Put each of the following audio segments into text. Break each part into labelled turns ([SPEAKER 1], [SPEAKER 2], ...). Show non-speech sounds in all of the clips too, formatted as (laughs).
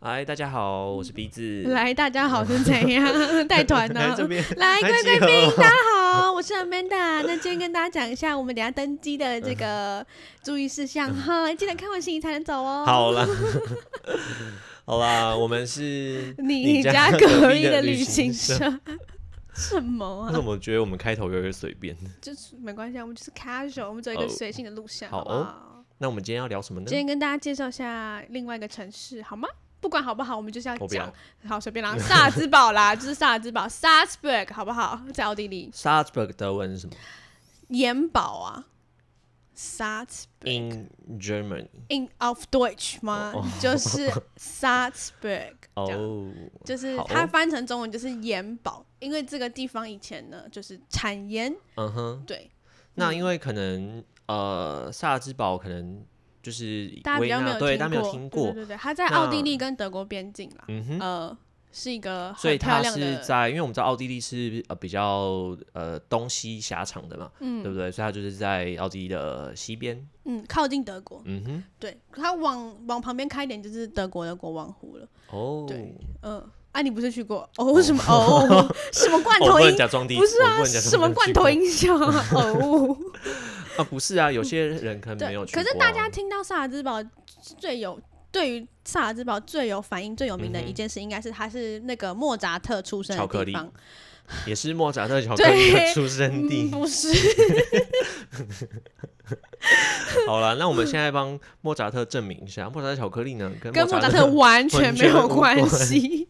[SPEAKER 1] 哎，大家好，我是鼻子。
[SPEAKER 2] 嗯来，大家好是怎
[SPEAKER 1] (laughs)
[SPEAKER 2] 样？带团呢？
[SPEAKER 1] 来这边，
[SPEAKER 2] (laughs)
[SPEAKER 1] 来
[SPEAKER 2] 来，贵
[SPEAKER 1] 集
[SPEAKER 2] 贵
[SPEAKER 1] 合
[SPEAKER 2] 宾，大家好，我是 Amanda。那今天跟大家讲一下我们等一下登机的
[SPEAKER 1] (laughs)
[SPEAKER 2] 这个注意事项哈，记得看完行李才能走
[SPEAKER 1] (laughs)
[SPEAKER 2] 哦。，
[SPEAKER 1] 嗯好啦， (laughs) 好啦，我们
[SPEAKER 2] (laughs)
[SPEAKER 1] 是
[SPEAKER 2] 你
[SPEAKER 1] 家
[SPEAKER 2] 家
[SPEAKER 1] 隔
[SPEAKER 2] 隔
[SPEAKER 1] 壁
[SPEAKER 2] 壁
[SPEAKER 1] 的
[SPEAKER 2] 的
[SPEAKER 1] 旅
[SPEAKER 2] 旅
[SPEAKER 1] 行
[SPEAKER 2] 行
[SPEAKER 1] 社
[SPEAKER 2] 社。 (laughs) 什么
[SPEAKER 1] 为什
[SPEAKER 2] 啊？
[SPEAKER 1] 么我觉得我们开头有点随便？
[SPEAKER 2] 就是没关系，啊，我们就是 casual，我们走一个
[SPEAKER 1] 哦
[SPEAKER 2] 随性的路线，
[SPEAKER 1] 好
[SPEAKER 2] 好不好？
[SPEAKER 1] 那我们今天要聊什么呢
[SPEAKER 2] 今？天跟大家介绍一下另外一个城市，好吗？不管好不好，我们就是要
[SPEAKER 1] 我不要
[SPEAKER 2] 讲。好，随便啦，萨尔兹堡啦， (laughs) 就是萨尔兹堡 （Salzburg），好不好？在奥地利。
[SPEAKER 1] Salzburg 德文是什么
[SPEAKER 2] 盐堡啊 s a z
[SPEAKER 1] ？In German。
[SPEAKER 2] in of Deutsch 吗？
[SPEAKER 1] 哦
[SPEAKER 2] 就是
[SPEAKER 1] (laughs)
[SPEAKER 2] Salzburg，这样、
[SPEAKER 1] 哦，
[SPEAKER 2] 就是
[SPEAKER 1] 好
[SPEAKER 2] 它
[SPEAKER 1] 哦
[SPEAKER 2] 翻成中文就是盐堡，因为这个地方以前呢就是产盐，
[SPEAKER 1] 嗯哼。
[SPEAKER 2] 对，嗯
[SPEAKER 1] 那因为可能呃，萨兹堡可能就是
[SPEAKER 2] 大家比
[SPEAKER 1] 维
[SPEAKER 2] 较没
[SPEAKER 1] 纳，
[SPEAKER 2] 有
[SPEAKER 1] 对，大家
[SPEAKER 2] 过，
[SPEAKER 1] 没有听
[SPEAKER 2] 对
[SPEAKER 1] 过。
[SPEAKER 2] 对对，它在
[SPEAKER 1] 那
[SPEAKER 2] 奥地利跟德国边境啦，
[SPEAKER 1] 嗯哼。
[SPEAKER 2] 呃，是一个
[SPEAKER 1] 所以
[SPEAKER 2] 很漂
[SPEAKER 1] 它
[SPEAKER 2] 亮
[SPEAKER 1] 是
[SPEAKER 2] 的，
[SPEAKER 1] 在，因为我们知道奥地利是呃比较呃东西狭长的嘛，对不对？所以它就是在奥地利的西边，
[SPEAKER 2] 嗯，靠近德国，
[SPEAKER 1] 嗯哼，
[SPEAKER 2] 对，它往往旁边开一点就是德国的国王湖了，
[SPEAKER 1] 哦，
[SPEAKER 2] 对嗯、啊，你不是去过？哦，什么哦？
[SPEAKER 1] (laughs)
[SPEAKER 2] 什么罐
[SPEAKER 1] 哦我
[SPEAKER 2] 头
[SPEAKER 1] 不能
[SPEAKER 2] 音？
[SPEAKER 1] 假装地，
[SPEAKER 2] 不是
[SPEAKER 1] 我
[SPEAKER 2] 啊，
[SPEAKER 1] 不能假装
[SPEAKER 2] 什么
[SPEAKER 1] 没
[SPEAKER 2] 罐
[SPEAKER 1] 去
[SPEAKER 2] 头
[SPEAKER 1] 过
[SPEAKER 2] 音效啊？哦，
[SPEAKER 1] (laughs) 啊？不是啊，有些人可能没
[SPEAKER 2] 对
[SPEAKER 1] 有，去
[SPEAKER 2] 可是
[SPEAKER 1] 过
[SPEAKER 2] 大
[SPEAKER 1] 啊
[SPEAKER 2] 家听到萨尔兹堡最有对于萨尔兹堡最有反应、最有名的
[SPEAKER 1] 嗯哼
[SPEAKER 2] 一件事，应该是它是那个莫扎特出生
[SPEAKER 1] 巧克
[SPEAKER 2] 的
[SPEAKER 1] 力
[SPEAKER 2] 地方，
[SPEAKER 1] 也是莫扎特巧克力的
[SPEAKER 2] (laughs) 对
[SPEAKER 1] 出生
[SPEAKER 2] 嗯
[SPEAKER 1] 地。
[SPEAKER 2] 不是？
[SPEAKER 1] 好了，那我们现在帮莫扎特证明一下，莫扎特巧克力呢跟
[SPEAKER 2] 嗯跟
[SPEAKER 1] 莫
[SPEAKER 2] 莫
[SPEAKER 1] 扎
[SPEAKER 2] 扎
[SPEAKER 1] 特
[SPEAKER 2] 特完全没有
[SPEAKER 1] 完
[SPEAKER 2] 关
[SPEAKER 1] 全无关 (laughs)
[SPEAKER 2] 系，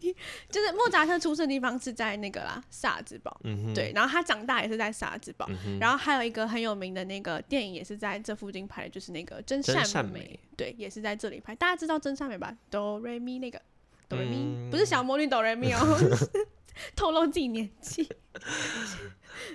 [SPEAKER 2] 就是莫扎特出生的地方是在那个啦萨尔兹堡，
[SPEAKER 1] 嗯哼，
[SPEAKER 2] 对，然后他长大也是在萨尔兹堡。
[SPEAKER 1] 嗯哼，
[SPEAKER 2] 然后还有一个很有名的那个电影也是在这附近拍的，就是那个真
[SPEAKER 1] 真
[SPEAKER 2] 善
[SPEAKER 1] 善
[SPEAKER 2] 美
[SPEAKER 1] 美
[SPEAKER 2] 对，也是在这里拍。大家知道真善美吧？哆瑞咪那个哆瑞咪，
[SPEAKER 1] 嗯
[SPEAKER 2] 不是小魔女哆瑞咪
[SPEAKER 1] (laughs)
[SPEAKER 2] 哦， (laughs) 是透露自己年纪。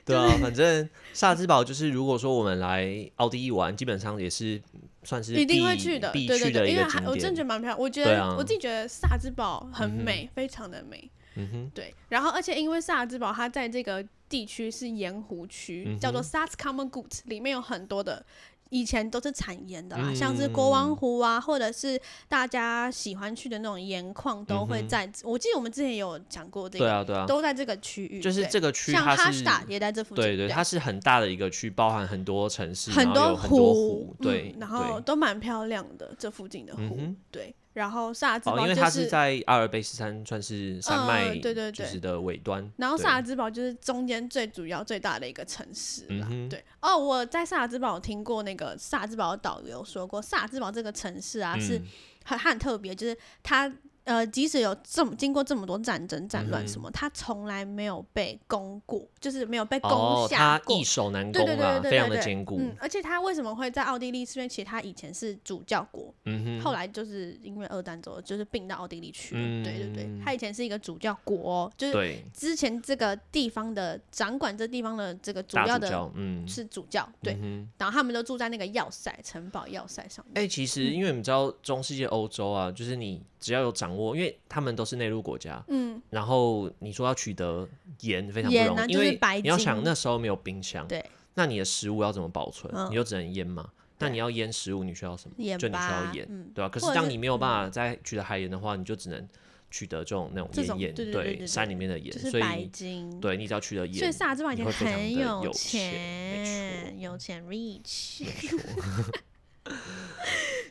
[SPEAKER 1] 对啊，反正萨兹堡就是，如果说我们来奥地利玩，基本上也是算是
[SPEAKER 2] 一定会
[SPEAKER 1] 必
[SPEAKER 2] 去的，
[SPEAKER 1] 必
[SPEAKER 2] 对对
[SPEAKER 1] 去的
[SPEAKER 2] 对，
[SPEAKER 1] 一
[SPEAKER 2] 因为
[SPEAKER 1] 个
[SPEAKER 2] 还
[SPEAKER 1] 景
[SPEAKER 2] 我真的觉
[SPEAKER 1] 点。
[SPEAKER 2] 得蛮漂亮。我觉
[SPEAKER 1] 对
[SPEAKER 2] 得、
[SPEAKER 1] 啊
[SPEAKER 2] 我自己觉得萨尔兹堡很
[SPEAKER 1] 嗯哼
[SPEAKER 2] 美，非常的美。
[SPEAKER 1] 嗯哼，
[SPEAKER 2] 对，然后而且因为萨尔兹堡它在这个地区是盐湖区，
[SPEAKER 1] 嗯哼
[SPEAKER 2] 叫做 s a s k a m m e r g u t 里面有很多的。以前都是产盐的啦，
[SPEAKER 1] 嗯
[SPEAKER 2] 像是国王湖啊，或者是大家喜欢去的那种盐矿，都会
[SPEAKER 1] 嗯哼
[SPEAKER 2] 在。我记得我们之前有讲过这
[SPEAKER 1] 对
[SPEAKER 2] 个，
[SPEAKER 1] 啊，对啊，
[SPEAKER 2] 都在这个区域。
[SPEAKER 1] 就是
[SPEAKER 2] 对
[SPEAKER 1] 这个区
[SPEAKER 2] 像
[SPEAKER 1] 它
[SPEAKER 2] 哈
[SPEAKER 1] 是
[SPEAKER 2] 士达也在这附近，
[SPEAKER 1] 对对，它是很大的一个区，包含很多城市，
[SPEAKER 2] 很
[SPEAKER 1] 然后有很多
[SPEAKER 2] 湖，嗯
[SPEAKER 1] 对，
[SPEAKER 2] 然后
[SPEAKER 1] 对
[SPEAKER 2] 都蛮漂亮的，这附近的湖，
[SPEAKER 1] 嗯哼
[SPEAKER 2] 对。然后萨尔兹
[SPEAKER 1] 哦，
[SPEAKER 2] 堡
[SPEAKER 1] 因为
[SPEAKER 2] 就
[SPEAKER 1] 它是在阿尔卑斯山算是山
[SPEAKER 2] 嗯
[SPEAKER 1] 脉，
[SPEAKER 2] 对对
[SPEAKER 1] 就
[SPEAKER 2] 对
[SPEAKER 1] 是的尾端，
[SPEAKER 2] 然后
[SPEAKER 1] 对
[SPEAKER 2] 萨尔兹堡就是中间最主要最大的一个城市
[SPEAKER 1] 嗯
[SPEAKER 2] 啦。
[SPEAKER 1] 哼
[SPEAKER 2] 对，哦，我在萨尔兹堡有听过那个萨尔兹堡的导游说过，萨尔兹堡这个城市啊、是
[SPEAKER 1] 嗯
[SPEAKER 2] 很它很特别，就是它呃即使有这么经过这么多战争、战
[SPEAKER 1] 嗯
[SPEAKER 2] 乱
[SPEAKER 1] 哼
[SPEAKER 2] 什么，它从来没有被攻过，就是没有被
[SPEAKER 1] 哦
[SPEAKER 2] 攻，下
[SPEAKER 1] 它
[SPEAKER 2] 过。
[SPEAKER 1] 易守难
[SPEAKER 2] 对
[SPEAKER 1] 攻
[SPEAKER 2] 对对
[SPEAKER 1] 啦，
[SPEAKER 2] 对对
[SPEAKER 1] 非常的
[SPEAKER 2] 对
[SPEAKER 1] 坚固，
[SPEAKER 2] 嗯，而且它为什么会在奥地利？是因为其实它以前是主教国，
[SPEAKER 1] 嗯
[SPEAKER 2] 后
[SPEAKER 1] 哼，
[SPEAKER 2] 来就是因为二战之后就是并到奥地利去了。
[SPEAKER 1] 嗯
[SPEAKER 2] 对对对，它以前是一个主教国哦、就是
[SPEAKER 1] 对，
[SPEAKER 2] 之前这个地方的掌管这地方的这个主
[SPEAKER 1] 大
[SPEAKER 2] 要
[SPEAKER 1] 主
[SPEAKER 2] 的
[SPEAKER 1] 教，嗯，
[SPEAKER 2] 是主教，对，
[SPEAKER 1] 嗯哼。
[SPEAKER 2] 然后他们都住在那个要塞城堡要塞上面。
[SPEAKER 1] 哎、其实因为你知道中世纪欧洲啊，就是你只要有掌握，因为他们都是内陆国家，
[SPEAKER 2] 嗯，
[SPEAKER 1] 然后你说要取得盐非常不
[SPEAKER 2] 盐
[SPEAKER 1] 容易，
[SPEAKER 2] 啊
[SPEAKER 1] 因
[SPEAKER 2] 就是
[SPEAKER 1] 为
[SPEAKER 2] 白
[SPEAKER 1] 你要
[SPEAKER 2] 金
[SPEAKER 1] 想那时候没有冰箱，
[SPEAKER 2] 对，
[SPEAKER 1] 那你的食物要怎么保存？
[SPEAKER 2] 嗯
[SPEAKER 1] 你就只能腌嘛。那
[SPEAKER 2] 对
[SPEAKER 1] 你要腌食物，你需要什么？
[SPEAKER 2] 盐
[SPEAKER 1] 就你需
[SPEAKER 2] 巴
[SPEAKER 1] 要，盐，
[SPEAKER 2] 嗯，
[SPEAKER 1] 对吧、可是
[SPEAKER 2] 或者
[SPEAKER 1] 当
[SPEAKER 2] 是嗯
[SPEAKER 1] 你没有办法再取得海盐的话，你就只能取得这种那种
[SPEAKER 2] 这
[SPEAKER 1] 盐
[SPEAKER 2] 种
[SPEAKER 1] 盐，
[SPEAKER 2] 对对对对对
[SPEAKER 1] 山里面的盐，
[SPEAKER 2] 就是
[SPEAKER 1] 所
[SPEAKER 2] 白
[SPEAKER 1] 以
[SPEAKER 2] 金。
[SPEAKER 1] 对你只要取得
[SPEAKER 2] 所以
[SPEAKER 1] 盐，
[SPEAKER 2] 萨尔兹堡
[SPEAKER 1] 你
[SPEAKER 2] 以前
[SPEAKER 1] 会非常
[SPEAKER 2] 很
[SPEAKER 1] 的有没
[SPEAKER 2] 钱，
[SPEAKER 1] 错
[SPEAKER 2] 有钱 rich。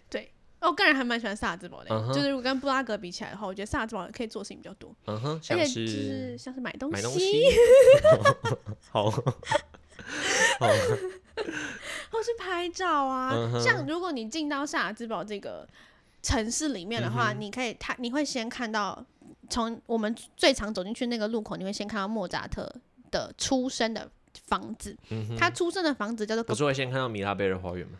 [SPEAKER 2] 对，哦我个人还蛮喜欢萨尔兹堡的
[SPEAKER 1] 嗯哼
[SPEAKER 2] 就是如果跟布拉格比起来的话，我觉得萨尔兹堡可以做的事情比较多，
[SPEAKER 1] 嗯哼，
[SPEAKER 2] 而
[SPEAKER 1] 像
[SPEAKER 2] 且
[SPEAKER 1] 是
[SPEAKER 2] 就是像是买东
[SPEAKER 1] 买东西
[SPEAKER 2] (laughs) 西，
[SPEAKER 1] 好，好，
[SPEAKER 2] 或是拍照啊。
[SPEAKER 1] 嗯哼
[SPEAKER 2] 像如果你进到萨尔兹堡这个城市里面的话，
[SPEAKER 1] 嗯哼
[SPEAKER 2] 你可以它你会先看到从我们最常走进去那个路口，你会先看到莫扎特的出生的房子。
[SPEAKER 1] 嗯哼，
[SPEAKER 2] 他出生的房子叫做
[SPEAKER 1] 不是会先看到米拉贝尔花园吗？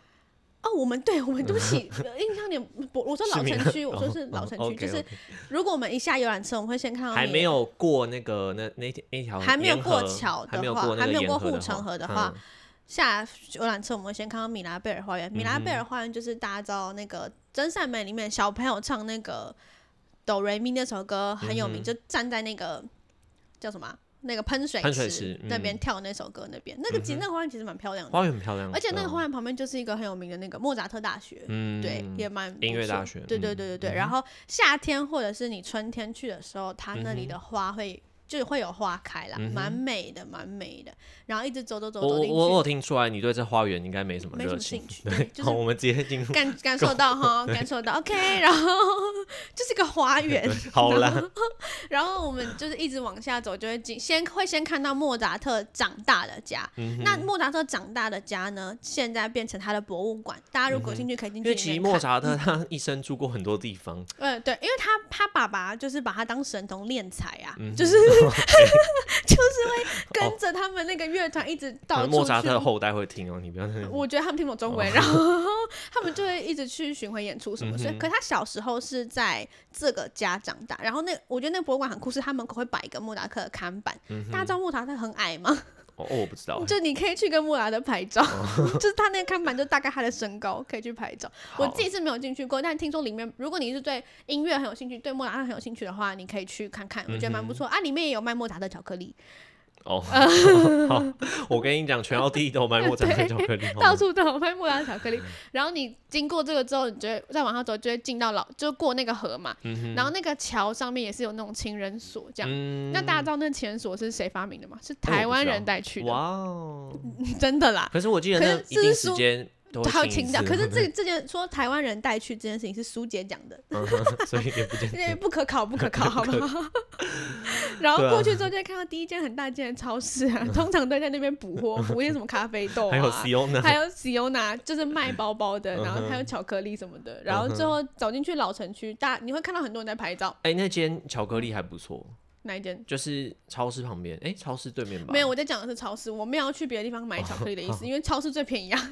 [SPEAKER 2] 哦，我们对我们对不
[SPEAKER 1] (laughs)
[SPEAKER 2] 起，呃印象有点不，我说老
[SPEAKER 1] 是米拉
[SPEAKER 2] 城区，我说
[SPEAKER 1] 哦
[SPEAKER 2] 是老
[SPEAKER 1] 哦
[SPEAKER 2] 城区，
[SPEAKER 1] ，OK，
[SPEAKER 2] 就是
[SPEAKER 1] OK
[SPEAKER 2] 如果我们一下游览车，我们会先看到
[SPEAKER 1] 还
[SPEAKER 2] 你
[SPEAKER 1] 没。有过那个那那天那条
[SPEAKER 2] 还没有
[SPEAKER 1] 沿
[SPEAKER 2] 过
[SPEAKER 1] 河
[SPEAKER 2] 桥的
[SPEAKER 1] 还没有
[SPEAKER 2] 话
[SPEAKER 1] 过那
[SPEAKER 2] 还
[SPEAKER 1] 个
[SPEAKER 2] 没有
[SPEAKER 1] 沿
[SPEAKER 2] 过
[SPEAKER 1] 河
[SPEAKER 2] 护
[SPEAKER 1] 的
[SPEAKER 2] 城
[SPEAKER 1] 话嗯
[SPEAKER 2] 河的话，下游览车，我们会先看到米拉贝尔花园。米拉贝尔花园就是大家知道那个《真善美》里面小朋友唱那个哆瑞咪那首歌很有名，
[SPEAKER 1] 嗯哼
[SPEAKER 2] 就站在那个叫什么啊那个喷水
[SPEAKER 1] 喷水池
[SPEAKER 2] 那边
[SPEAKER 1] 嗯
[SPEAKER 2] 跳那首歌那边，那个其实那个花园其实蛮漂亮的，
[SPEAKER 1] 花园很漂亮，
[SPEAKER 2] 而且那个
[SPEAKER 1] 嗯
[SPEAKER 2] 花园旁边就是一个很有名的那个莫扎特大学，
[SPEAKER 1] 嗯，
[SPEAKER 2] 对，也蛮不
[SPEAKER 1] 音乐
[SPEAKER 2] 错
[SPEAKER 1] 大学
[SPEAKER 2] 对对
[SPEAKER 1] 嗯
[SPEAKER 2] 对对对。然后夏天或者是你春天去的时候，它那
[SPEAKER 1] 嗯
[SPEAKER 2] 里
[SPEAKER 1] 哼
[SPEAKER 2] 的花会。就会有花开啦，
[SPEAKER 1] 嗯哼
[SPEAKER 2] 蛮美的，蛮美的。然后一直走走走
[SPEAKER 1] 我
[SPEAKER 2] 走
[SPEAKER 1] 我
[SPEAKER 2] 进
[SPEAKER 1] 我
[SPEAKER 2] 去，
[SPEAKER 1] 有听出来，你对这花园应该没什么
[SPEAKER 2] 没什
[SPEAKER 1] 热
[SPEAKER 2] 么
[SPEAKER 1] 情
[SPEAKER 2] 兴。趣，
[SPEAKER 1] 对，哦
[SPEAKER 2] 就
[SPEAKER 1] 好，
[SPEAKER 2] 是
[SPEAKER 1] 我们直接进
[SPEAKER 2] (laughs)
[SPEAKER 1] 入。
[SPEAKER 2] 感感受到哈，感受到 OK。然后就是个花园，
[SPEAKER 1] 好啦，
[SPEAKER 2] 然后我们就是一直往下走，就会进先会先看到莫扎特长大的家。
[SPEAKER 1] 嗯哼
[SPEAKER 2] 那莫扎特长大的家呢，现在变成他的博物馆，大家如果有
[SPEAKER 1] 嗯哼
[SPEAKER 2] 兴趣可以进
[SPEAKER 1] 因
[SPEAKER 2] 去
[SPEAKER 1] 为
[SPEAKER 2] 里
[SPEAKER 1] 其实
[SPEAKER 2] 面
[SPEAKER 1] 莫
[SPEAKER 2] 看。
[SPEAKER 1] 扎特他一生住过很多地方，
[SPEAKER 2] 嗯，对，因为他他爸爸就是把他当神童敛财啊，
[SPEAKER 1] 嗯哼哦
[SPEAKER 2] 就是 (laughs) 就是会跟着他们那个乐团一直
[SPEAKER 1] 可
[SPEAKER 2] 到
[SPEAKER 1] 能
[SPEAKER 2] 处
[SPEAKER 1] 莫扎
[SPEAKER 2] 去
[SPEAKER 1] 特。后代会听哦，你不要在那边
[SPEAKER 2] 我觉得他们听不懂中
[SPEAKER 1] 哦
[SPEAKER 2] 文，然后他们就会一直去巡回演出什么。
[SPEAKER 1] 嗯
[SPEAKER 2] 所以，可他小时候是在这个家长大，然后那我觉得那个博物馆很酷，是他门口会摆一个莫扎特的看板。
[SPEAKER 1] 嗯哼
[SPEAKER 2] 大家知道莫扎特很矮吗？
[SPEAKER 1] 哦，哦我哦不知道欸。
[SPEAKER 2] 就你可以去跟莫扎特拍照， (laughs) 就是他那个看板就大概他的身高，可以去拍照。我
[SPEAKER 1] 好
[SPEAKER 2] 自己是没有进去过，但听说里面，如果你是对音乐很有兴趣，对莫扎特很有兴趣的话，你可以去看看，我觉得
[SPEAKER 1] 嗯
[SPEAKER 2] 蛮不错、啊。里面也有卖莫扎特巧克力， (laughs)
[SPEAKER 1] 哦， (laughs) 好，我跟你讲，全奥地利都有卖莫扎特巧克力，哦好
[SPEAKER 2] 到
[SPEAKER 1] 吗
[SPEAKER 2] 处都有卖莫扎特巧
[SPEAKER 1] 嗯
[SPEAKER 2] 克力。然后你经过这个之后，你就会再往上走，就会进到老，就过那个河嘛。然后那个桥上面也是有那种情人锁这样。
[SPEAKER 1] 嗯
[SPEAKER 2] 那大家知道那情人锁是谁发明的吗？是
[SPEAKER 1] 哎我不
[SPEAKER 2] 台湾
[SPEAKER 1] 知道
[SPEAKER 2] 人带去的，
[SPEAKER 1] 哇哦！
[SPEAKER 2] (laughs) 真的啦。
[SPEAKER 1] 可是我记得
[SPEAKER 2] 可
[SPEAKER 1] 那
[SPEAKER 2] 是
[SPEAKER 1] 一
[SPEAKER 2] 这
[SPEAKER 1] 定
[SPEAKER 2] 是
[SPEAKER 1] 时
[SPEAKER 2] 说
[SPEAKER 1] 间都会
[SPEAKER 2] 还有
[SPEAKER 1] 清一
[SPEAKER 2] 情调，
[SPEAKER 1] 次
[SPEAKER 2] 可是这
[SPEAKER 1] (laughs)
[SPEAKER 2] 这件说台湾人带去这件事情是苏姐讲的，
[SPEAKER 1] 嗯哼所以也不见
[SPEAKER 2] 因为不可考，不可考，好不
[SPEAKER 1] (laughs)
[SPEAKER 2] 好？然后
[SPEAKER 1] 对啊
[SPEAKER 2] 过去之后就会看到第一间很大间的超市
[SPEAKER 1] (laughs)
[SPEAKER 2] 啊，通常都在那边补货，补一些什么咖啡豆
[SPEAKER 1] 还有 (laughs)
[SPEAKER 2] 啊。
[SPEAKER 1] Siona，
[SPEAKER 2] 还有喜优拿，就是卖包包
[SPEAKER 1] 嗯
[SPEAKER 2] 的，然后还有巧克力什么的，然后最后走进去老城区，大你会看到很多人在拍照，
[SPEAKER 1] 哎，那间巧克力还不错，
[SPEAKER 2] 哪一间？
[SPEAKER 1] 就是超市旁边，哎，超市对面吧？
[SPEAKER 2] 没有，，我在讲的是超市，我没有要去别的地方买巧克力的意
[SPEAKER 1] 哦
[SPEAKER 2] 思，因为超市最便宜 (laughs) 啊。